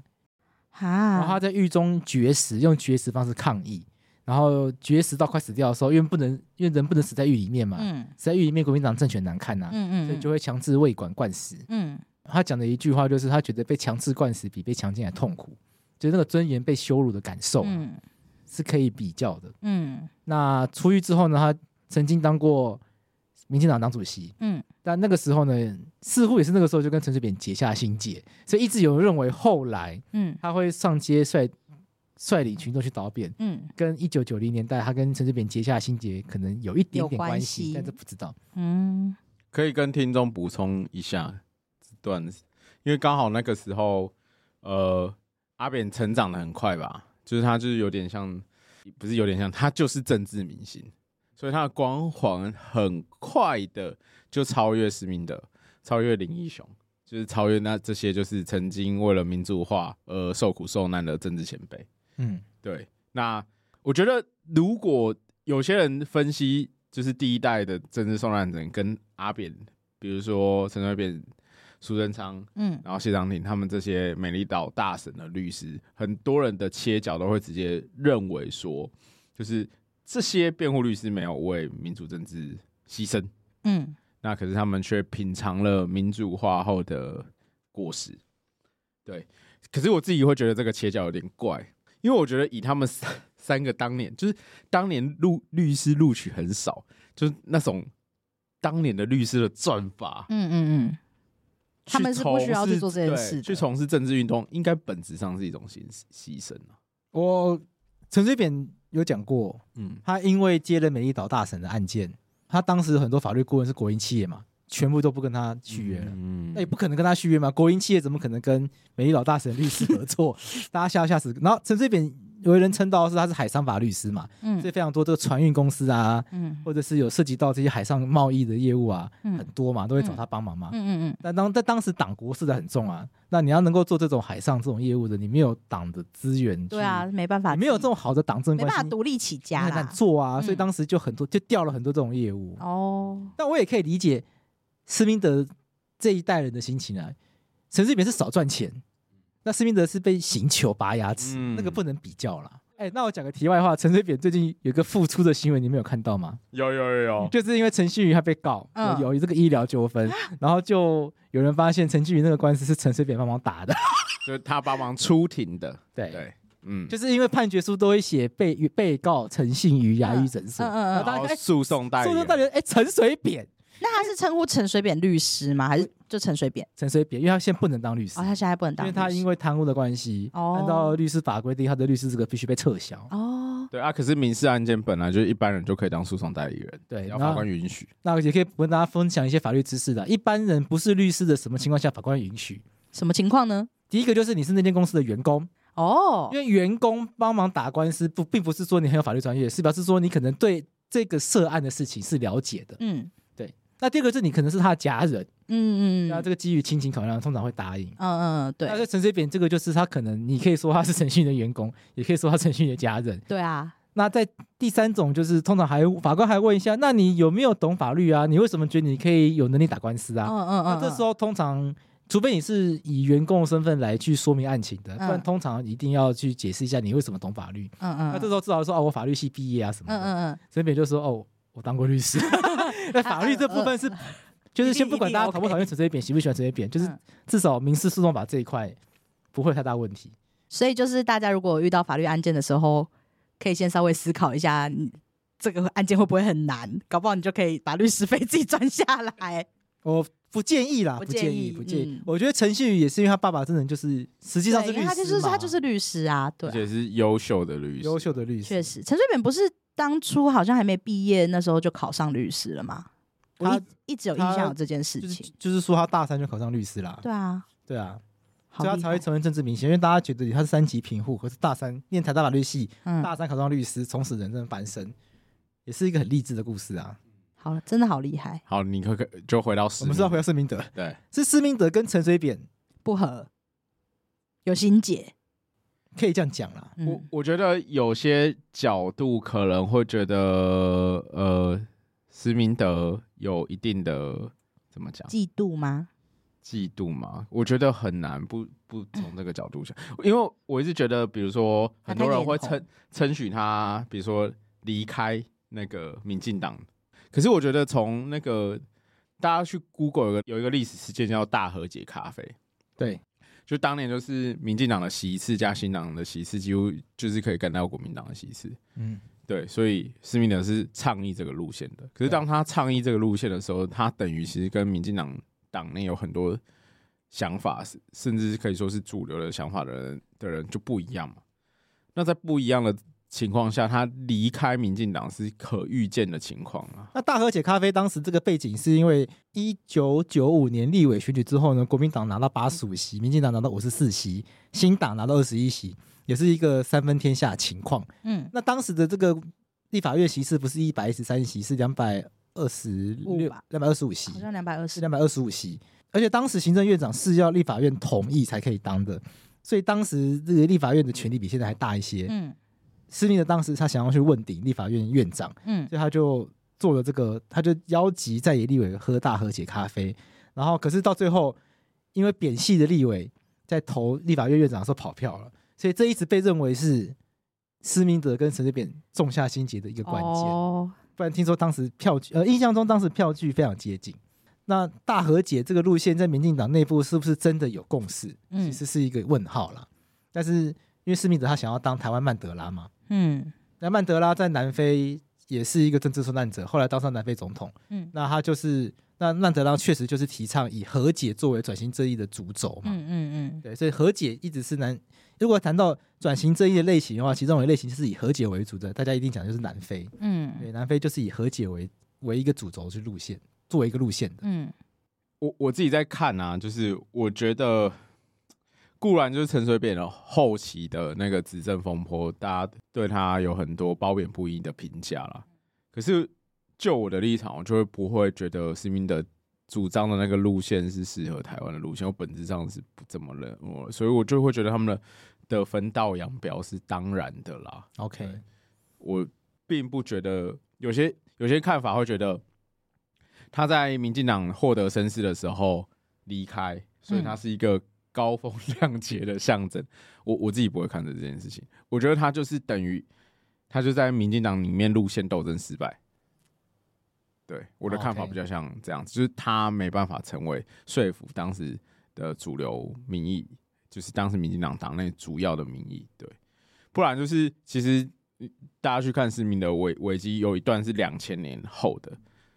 S3: 嗯，
S1: 然后他
S3: 啊，
S1: 在狱中绝食，用绝食方式抗议，然后绝食到快死掉的时候，因为不能，因为人不能死在狱里面嘛，
S3: 嗯
S1: 死在狱里面国民党政权难看呐、
S3: 嗯
S1: 啊所以就会强制喂管灌食。
S3: 嗯
S1: 他讲的一句话就是，他觉得被强制灌食比被强奸还痛苦，就是那个尊严被羞辱的感受、
S3: 嗯
S1: 是可以比较的。
S3: 嗯
S1: 那出狱之后呢，他曾经当过民进党党主席，
S3: 嗯，
S1: 但那个时候呢，似乎也是那个时候就跟陈水扁结下心结，所以一直有人认为后来
S3: 嗯
S1: 他会上街率率领群众去倒扁，
S3: 嗯
S1: 跟一九九零年代他跟陈水扁结下心结可能有一点
S3: 有
S1: 点
S3: 关
S1: 关
S3: 系
S1: 系，但是不知道。
S3: 嗯
S2: 可以跟听众补充一下这段，因为刚好那个时候，呃，阿扁成长的很快吧，就是他就是有点像，不是有点像，他就是政治明星，所以他的光环很快的就超越施明德，超越林义雄，就是超越那这些就是曾经为了民主化而受苦受难的政治前辈。
S1: 嗯，
S2: 对，那我觉得如果有些人分析，就是第一代的政治受难人跟阿扁，比如说陈水扁、苏贞昌，
S3: 嗯
S2: 然后谢长廷他们这些美丽岛大神的律师，很多人的切角都会直接认为说，就是这些辩护律师没有为民主政治牺牲，
S3: 嗯
S2: 那可是他们却品尝了民主化后的果实。对，可是我自己会觉得这个切角有点怪，因为我觉得以他们三三个当年，就是当年录律师录取很少，就是那种当年的律师的赚法，
S3: 嗯嗯他们是不需要去做这件事
S2: 对
S3: 的
S2: 去从事政治运动，应该本质上是一种牺牺牲啊。
S1: 我陈水扁有讲过，
S2: 嗯，
S1: 他因为接了美丽岛大神的案件，他当时很多法律顾问是国营企业嘛，全部都不跟他续约了。
S2: 嗯
S1: 那也不可能跟他续约嘛，国营企业怎么可能跟美丽岛大神律师合 作？大家吓吓死。然后陈水扁有人称道是他是海商法律师嘛，所以
S3: 嗯
S1: 非常多这个船运公司啊，
S3: 嗯
S1: 或者是有涉及到这些海上贸易的业务啊，
S3: 嗯
S1: 很多嘛，都会找他帮忙嘛。
S3: 嗯嗯
S1: 但当在当时党国势的很重啊，那你要能够做这种海上这种业务的，你没有党的资源，
S3: 对啊，，没办法，
S1: 你没有这种好的党政
S3: 没
S1: 关
S3: 办法
S1: 系，
S3: 独立起
S1: 你
S3: 家
S1: 很难
S3: 啦。
S1: 做啊。
S3: 嗯
S1: 所以当时就很多就掉了很多这种业务。
S3: 哦，
S1: 但我也可以理解施明德这一代人的心情啊。陈水扁是少赚钱，那施明德是被刑求拔牙齿，
S2: 嗯
S1: 那个不能比较啦。哎、那我讲个题外话，陈水扁最近有一个复出的新闻，你们有看到吗？
S2: 有有有有，
S1: 就是因为陈信宇他被告
S3: 嗯
S1: 有有这个医疗纠 纷，然后就有人发现陈信宇那个官司是陈水扁帮忙打的，
S2: 就是他帮忙出庭的，
S1: 对。
S2: 对，嗯，
S1: 就是因为判决书都会写被被告陈信宇牙医诊所，
S3: 嗯嗯嗯
S1: 然后
S2: 然
S1: 大
S2: 后
S1: 家
S2: 诉讼代
S1: 哎，
S2: 理
S1: 说
S2: 人
S1: 说到底，哎，陈水扁，
S3: 那他是称呼陈水扁律师吗？还是就陈水扁？
S1: 陈水扁，因为他现在不能当律师
S3: 哦，，他现在不能
S1: 因
S3: 当
S1: 为
S3: 律师，
S1: 他因为贪污的关系，
S3: 哦
S1: 按照律师法规定，他的律师资格必须被撤销。
S3: 哦，
S2: 对啊，可是民事案件本来就一般人就可以当诉讼代理人，
S1: 对
S2: 只要
S1: 那
S2: 法官允许。
S1: 那也可以跟大家分享一些法律知识的。一般人不是律师的，什么情况下法官允许？
S3: 什么情况呢？
S1: 第一个就是你是那间公司的员工，
S3: 哦
S1: 因，为员工帮忙打官司不，并不是说你很有法律专业，是表示说你可能对这个涉案的事情是了解的。
S3: 嗯
S1: 那第二个是你可能是他的家人，
S3: 嗯嗯，
S1: 啊那、这个基于亲情考量，通常会答应。
S3: 嗯嗯，
S1: 那
S3: 对
S1: 在陈水扁这个就是他可能你可以说他是程序员的员工，也可以说他程序员的家人。
S3: 对啊，
S1: 那在第三种就是，通常还法官还问一下，那你有没有懂法律啊？你为什么觉得你可以有能力打官司
S3: 嗯
S1: 啊？
S3: 嗯嗯，
S1: 那这时
S3: 候
S1: 候通常，除非你是以员工的身份来去说明案情的，不然
S3: 嗯
S1: 通常一定要去解释一下你为什么懂法律。
S3: 嗯嗯，
S1: 那这时候至少说哦，我法律系毕业啊什么
S3: 嗯
S1: 的。
S3: 嗯嗯，
S1: 陈、嗯、就说哦，我当过律 师。那法律这部分是，就是先不管大家讨不讨厌陈水扁，喜不喜欢陈水扁，就是
S3: 嗯
S1: 至少民事诉讼法这一块不会有太大问题。
S3: 所以就是大家如果遇到法律案件的时候，可以先稍微思考一下，你这个案件会不会很难？搞不好你就可以把律师费自己赚下来。
S1: 我哦不建议啦，
S3: 不
S1: 不
S3: 建
S1: 建
S3: 议
S1: 议，不建
S3: 嗯
S1: 议。我觉得陈信宇也是因为他爸爸真的就是实际上是
S3: 对因
S1: 律
S3: 为
S1: 师
S3: 他就是
S1: 嘛
S3: 他就是律师啊，对
S2: 而
S3: 啊
S2: 且是优秀的律师，
S1: 优秀的律师，
S3: 确实，陈水扁不是当初好像还没毕业那时候就考上律师了吗？我
S1: 他
S3: 一一直有印
S1: 他
S3: 象有这件事
S1: 就是
S3: 情。
S1: 就是说他大三就考上律师啦，
S3: 对啊，
S1: 对啊，
S3: 好
S1: 所以他
S3: 厉
S1: 才
S3: 害
S1: 会成为政治明星，因为大家觉得他是三级贫户，可是大三念台大法律系，
S3: 嗯，
S1: 大三考上律师，从此人生翻身，也是一个很励志的故事啊。
S3: 好了，真的好厉害，
S2: 好，你可可就回到
S1: 我
S2: 实
S1: 们
S2: 名，
S1: 是要回到施明德，
S2: 对，
S1: 是施明德跟陈水扁
S3: 不合有心结，
S1: 可以这样讲啦，
S2: 我
S3: 嗯，
S2: 我觉得有些角度可能会觉得，呃，施明德有一定的怎么讲
S3: 嫉妒吗？
S2: 嫉妒嘛？我觉得很难不不从这个角度想，因为我一直觉得，比如说很多人会
S3: 他太
S2: 称
S3: 脸
S2: 称许他，比如说离开那个民进党，可是我觉得从那个大家去 Google 有个有一个历史事件叫大和解咖啡，
S1: 对，
S2: 就当年就是民进党的席次加新党的席次，几乎就是可以干掉国民党的席次。
S1: 嗯，
S2: 对，所以施明德是倡议这个路线的。可是当他倡议这个路线的时候，他等于其实跟民进党党内有很多想法，是甚至可以说是主流的想法的人的人就不一样嘛。那在不一样的情况下，他离开民进党是可预见的情况啊。
S1: 那大和解咖啡当时这个背景是因为一九九五年立委选举之后呢，国民党拿到八十五席，民进党拿到五十四席，新党拿到二十一席，也是一个三分天下的情况。
S3: 嗯，
S1: 那当时的这个立法院席次不是一百一十三席，是两百二十
S3: 五
S1: 六、
S3: 吧
S1: 两百二十五席
S3: 好，像两百二
S1: 是
S3: 十，
S1: 两百二十五席。而且当时行政院长是要立法院同意才可以当的，所以当时这个立法院的权力比现在还大一些。
S3: 嗯
S1: 施密的当时他想要去问鼎立法院院长。
S3: 嗯
S1: 所以他就做了这个，他就邀集在野立委喝大和解咖啡，然后可是到最后，因为扁系的立委在投立法院院长的时候跑票了，所以这一直被认为是施明德跟陈水扁种下心结的一个关键。
S3: 哦，
S1: 不然听说当时票据，呃，印象中当时票据非常接近。那大和解这个路线在民进党内部是不是真的有共识？
S3: 嗯
S1: 其实是一个问号啦。但是因为施明德他想要当台湾曼德拉嘛，
S3: 嗯
S1: 那曼德拉在南非也是一个政治受难者，后来当上南非总统。
S3: 嗯
S1: 那他就是那难德拉确实就是提倡以和解作为转型正义的主轴嘛。
S3: 嗯嗯嗯
S1: 对，所以和解一直是南。如果谈到转型正义的类型的话，其中有一类型是以和解为主的，大家一定讲就是南非。对，
S3: 嗯
S1: 南非就是以和解为为一个主轴去路线，作为一个路线的。
S3: 嗯
S2: 我我自己在看啊，就是我觉得固然就是陈水扁的后期的那个执政风波，大家对他有很多褒贬不一的评价啦。可是就我的立场，我就会不会觉得斯宾的主张的那个路线是适合台湾的路线，我本质上是不怎么认我，所以我就会觉得他们的得分道扬镳是当然的啦。
S1: OK，
S2: 我并不觉得有些有些看法会觉得他在民进党获得声势的时候离开，所以他是一个高风亮节的象征。我我自己不会看着这件事情，我觉得他就是等于他就在民进党里面路线斗争失败。对我的看法
S1: OK
S2: 比较像这样子，就是他没办法成为说服当时的主流民意，就是当时民进党党内主要的民意。对，不然就是其实大家去看市民的危危机，有一段是两千年后的，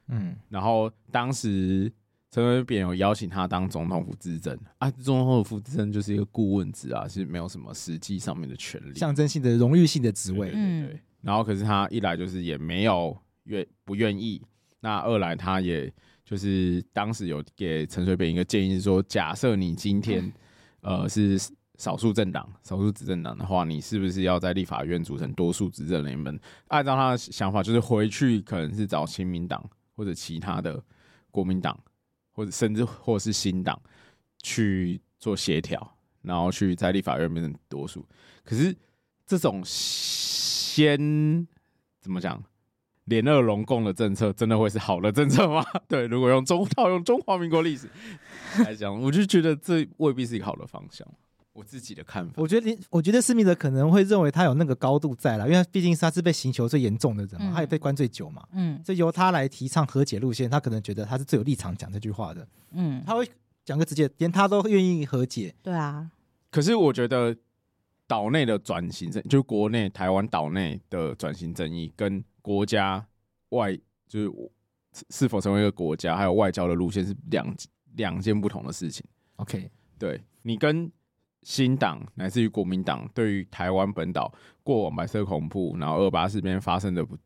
S1: 嗯，
S2: 然后当时陈水扁有邀请他当总统府资政啊，总统府资政就是一个顾问职啊，是没有什么实际上面的权利，
S1: 象征性的、荣誉性的职
S2: 对
S1: 位
S2: 对。对对。然后可是他一来就是也没有愿不愿意，那二来他也就是当时有给陈水扁一个建议，是说假设你今天呃是少数政党、少数执政党的话，你是不是要在立法院组成多数执政联盟？按照他的想法，就是回去可能是找亲民党或者其他的国民党，或者甚至或是新党去做协调，然后去在立法院变成多数。可是这种先怎么讲？联俄融共的政策真的会是好的政策吗？ 对，如果用中套用中华民国历史来讲，我就觉得这未必是一个好的方向。我自己的看法，
S1: 我觉得林，我觉得施密德可能会认为他有那个高度在了，因为他毕竟是他是被刑求最严重的人嘛，
S3: 嗯
S1: 他也被关最久嘛，
S3: 嗯
S1: 所以由他来提倡和解路线，他可能觉得他是最有立场讲这句话的。
S3: 嗯，
S1: 他会讲个直接，连他都愿意和解。
S3: 对啊，
S2: 可是我觉得岛内的转型正，就是国内台湾岛内的转型正义，跟国家外就是我是是否成为一个国家，还有外交的路线是两两件不同的事情。
S1: OK，
S2: 对你跟新党乃至于国民党对于台湾本岛过往白色恐怖，然后二八事变发生的不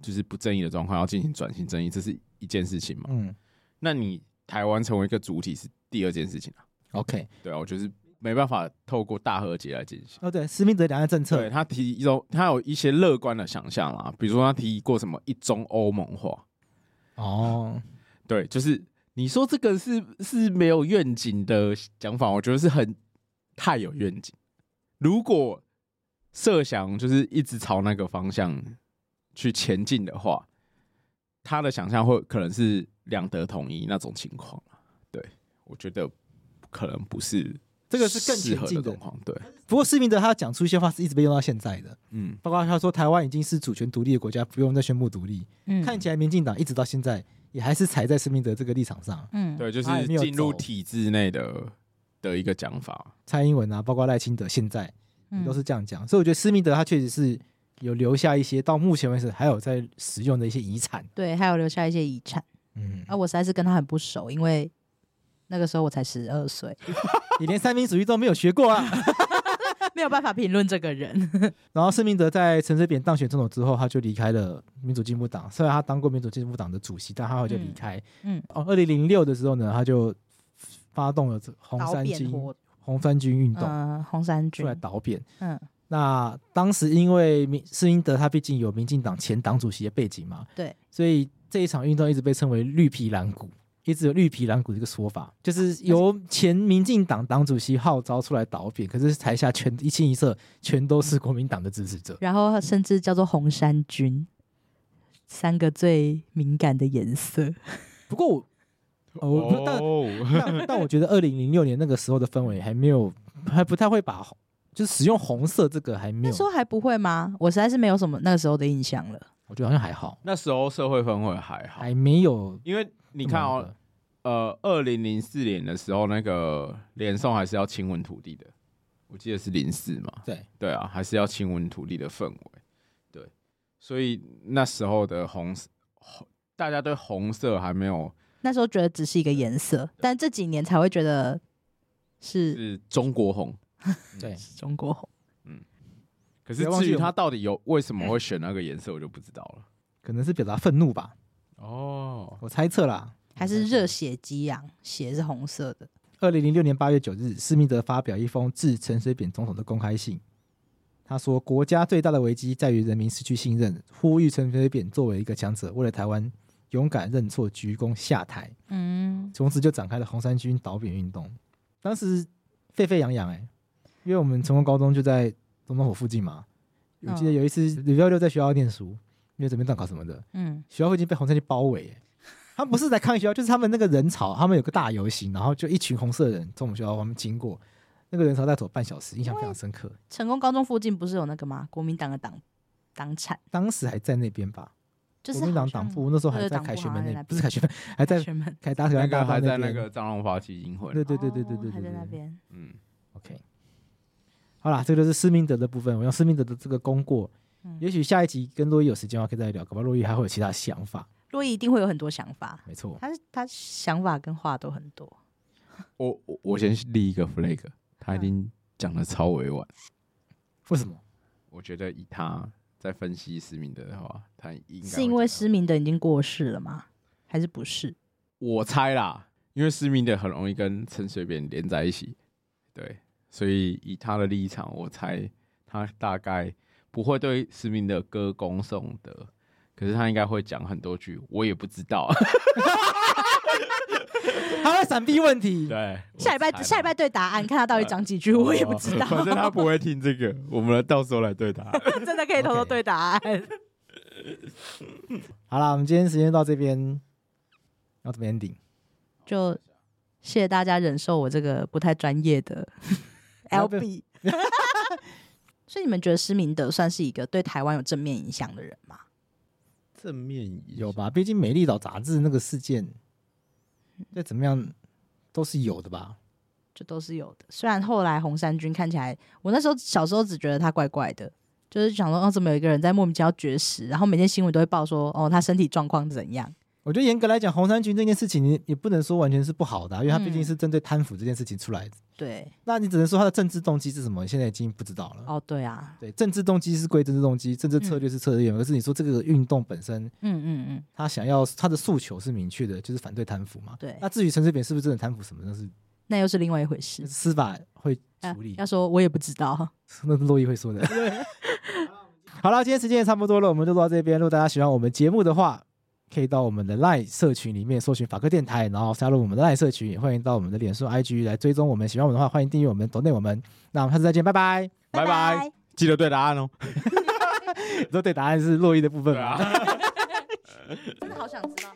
S2: 就是不正义的状况，要进行转型正义，这是一件事情嘛？
S1: 嗯
S2: 那你台湾成为一个主体是第二件事情啊。
S1: ，OK，
S2: 对啊，我就是没办法透过大和解来进行。
S1: 哦对，施密德两岸政
S2: 对
S1: 策，
S2: 他提一种，他有一些乐观的想象啦，比如说他提过什么一中欧盟化，
S1: 哦，
S2: 对，就是你说这个是是没有愿景的讲法，我觉得是很太有愿景。如果设想就是一直朝那个方向去前进的话，他的想象会可能是两德统一那种情况啊对，我觉得可能不是
S1: 这个是更
S2: 适
S1: 前
S2: 合
S1: 进
S2: 的
S1: 的
S2: 状。况。对，
S1: 不过施密德他讲出一些话是一直被用到现在的，
S2: 嗯，
S1: 包括他说台湾已经是主权独立的国家，不用再宣布独立。
S3: 嗯，
S1: 看起来民进党一直到现在也还是踩在施明德这个立场上，
S3: 嗯，
S2: 对，就是
S1: 他也没有
S2: 进入
S1: 走
S2: 体制内的的一个讲法。
S1: 蔡英文啊，包括赖清德，现在
S3: 嗯
S1: 都是这样讲，所以我觉得施明德他确实是有留下一些到目前为止还有在使用的一些遗产，
S3: 对，还有留下一些遗产。
S1: 嗯，
S3: 啊，我实在是跟他很不熟，因为那个时候我才十二岁，
S1: 你连三民主义都没有学过啊。
S3: 没有办法评论这个 人。
S1: 然后施明德在陈水扁当选总统之后，他就离开了民主进步党，虽然他当过民主进步党的主席，但他后来就离开。
S3: 嗯，
S1: 哦，二零零六的时候呢，他就发动了红
S3: 导
S1: 三
S3: 扁
S1: 军
S3: 活，
S1: 红三军运动，
S3: 嗯，红衫
S1: 出
S3: 军
S1: 来，倒扁。
S3: 嗯，
S1: 那当时因为民施英德他毕竟有民进党前党主席的背景嘛，
S3: 对，
S1: 所以这一场运动一直被称为“绿皮蓝股”，一直有“绿皮蓝股”这个说法，就是由前民进党党主席号召出来倒扁，可是台下全一清一色全都是国民党的支持者。
S3: 然后甚至叫做红衫军，三个最敏感的颜色。
S1: 不过我，呃我、
S2: 哦，
S1: 但但但我觉得二零零六年那个时候的氛围还没有，还不太会把红就是使用红色这个还没
S3: 那
S1: 有
S3: 时，候还不会吗？我实在是没有什么那个时候的印象了。
S1: 我觉得好像还好，
S2: 那时候社会氛围还好，
S1: 还没有。
S2: 因为你看哦，，呃，二零零四年的时候，那个连宋还是要亲吻土地的，我记得是零四嘛，
S1: 对
S2: 对啊，还是要亲吻土地的氛围，对。所以那时候的红色，红大家对红色还没有
S3: 那时候觉得只是一个颜色，但这几年才会觉得是
S2: 是中国红，嗯
S1: 对，
S3: 中国红。
S2: 可
S1: 不
S2: 是
S1: 要忘记
S2: 至于
S1: 我们
S2: 他到底有为什么会选那个颜色，我就不知道了。
S1: 可能是表达愤怒吧，
S2: 哦，
S1: 我猜测啦。
S3: 还是热血激昂，血是红色的。
S1: 二零零六年八月九日，施密德发表一封致陈水扁总统的公开信，他说：“国家最大的危机在于人民失去信任，呼吁陈水扁作为一个强者，为了台湾勇敢认错、鞠躬下台。”
S3: 嗯，
S1: 从此就展开了红衫军倒扁运动，当时沸沸扬扬哎，因为我们成功高中就在总统府附近嘛，我记得
S3: 嗯
S1: 有一次礼拜六在学校念书，因为准备段考什么的，
S3: 嗯，
S1: 学校附近被红衫军包围哎，他们不是在抗议学校，就是他们那个人潮，他们有个大游行，然后就一群红色的人从我们学校旁边经过，那个人潮大概走半小时，印象非常深刻，
S3: 成功高中附近不是有那个吗？国民党的党党产，
S1: 当时还在那边吧，
S3: 就是
S1: 国民党党部那时候还在凯旋门那，不是凯旋门，还在
S3: 学门，
S1: 凯达格
S2: 那
S1: 兰大
S2: 个
S1: 道
S2: 还在那
S1: 边
S2: 个藏龙发起阴 魂，
S1: 对对对对对对
S3: 哦还
S1: 对
S3: 在那
S1: 对。
S3: 边。
S2: 嗯，
S1: OK，好啦，这个就是施明德的部分。我用施明德的这个功过，
S3: 嗯
S1: 也许下一集跟洛伊有时间的话可以再聊，搞不好洛伊还会有其他想法。
S3: 洛伊一定会有很多想法，
S1: 没错，
S3: 他他想法跟话都很多。
S2: 我我我先立一个 flag，他
S3: 嗯
S2: 已经讲的超委婉，
S1: 为什么？
S2: 我觉得以他在分析思明德的话，他应该
S3: 是因为
S2: 失
S3: 失明的已经过世了吗？还是不是？
S2: 我猜啦，因为思明德很容易跟陈水扁连在一起，对，所以以他的立场，我猜他大概不会对思明德歌功颂德，可是他应该会讲很多句，我也不知 道。
S1: 他会闪避问题。
S2: 对，
S3: 下礼拜
S2: 我猜啦哦
S3: 下礼拜对答案，看他到底讲 几句，
S1: 哦
S3: 我也不知道。
S2: 反正他不会听这个，我们到时候来对 他。
S3: 真的可以偷偷
S1: OK
S3: 对答案。
S1: 好啦，我们今天时间到这边，要怎么 ending？
S3: 就谢谢大家忍受我这个不太专业的
S1: 不要不要
S3: LB。所以你们觉得施明德算是一个对台湾有正面影响的人吗？
S2: 正面
S1: 有吧？毕竟《美丽岛》杂志那个事件，再怎么样都是有的吧？
S3: 这都是有的。虽然后来红衫军看起来，我那时候小时候只觉得他怪怪的，就是想说，哦，怎么有一个人在莫名其妙绝食，然后每天新闻都会报说，哦，他身体状况怎样？
S1: 我觉得严格来讲，红衫军这件事情你也不能说完全是不好的啊、因为他毕竟
S3: 嗯
S1: 是针对贪腐这件事情出来的。
S3: 对，
S1: 那你只能说他的政治动机是什么？现在已经不知道了。
S3: 哦，对啊，
S1: 对，政治动机是归政治动机，政治策略是策略。可是你说这个运动本身，
S3: 嗯嗯嗯，
S1: 他想要他的诉求是明确的，就是反对贪腐嘛。
S3: 对
S1: 那至于陈水扁是不是真的贪腐什么，那是
S3: 那又是另外一回
S1: 那
S3: 事
S1: 是。司法会
S3: 啊
S1: 处理，
S3: 要说我也不知道。
S1: 那是洛伊会说的。 好了，今天时间也差不多了，我们就录到这边。如果大家喜欢我们节目的话，可以到我们的 LINE 社群里面搜寻法科电台，然后加入我们的 LINE 社群，也欢迎到我们的脸书、IG 来追踪我们。喜欢我们的话，欢迎订阅我们、抖内我们。那我们下次再见，拜拜。
S2: 拜拜，记得对答案哦。
S1: 都对答案是洛伊的部分
S2: 对
S1: 嘛。
S2: 啊。
S3: 真的好想知道。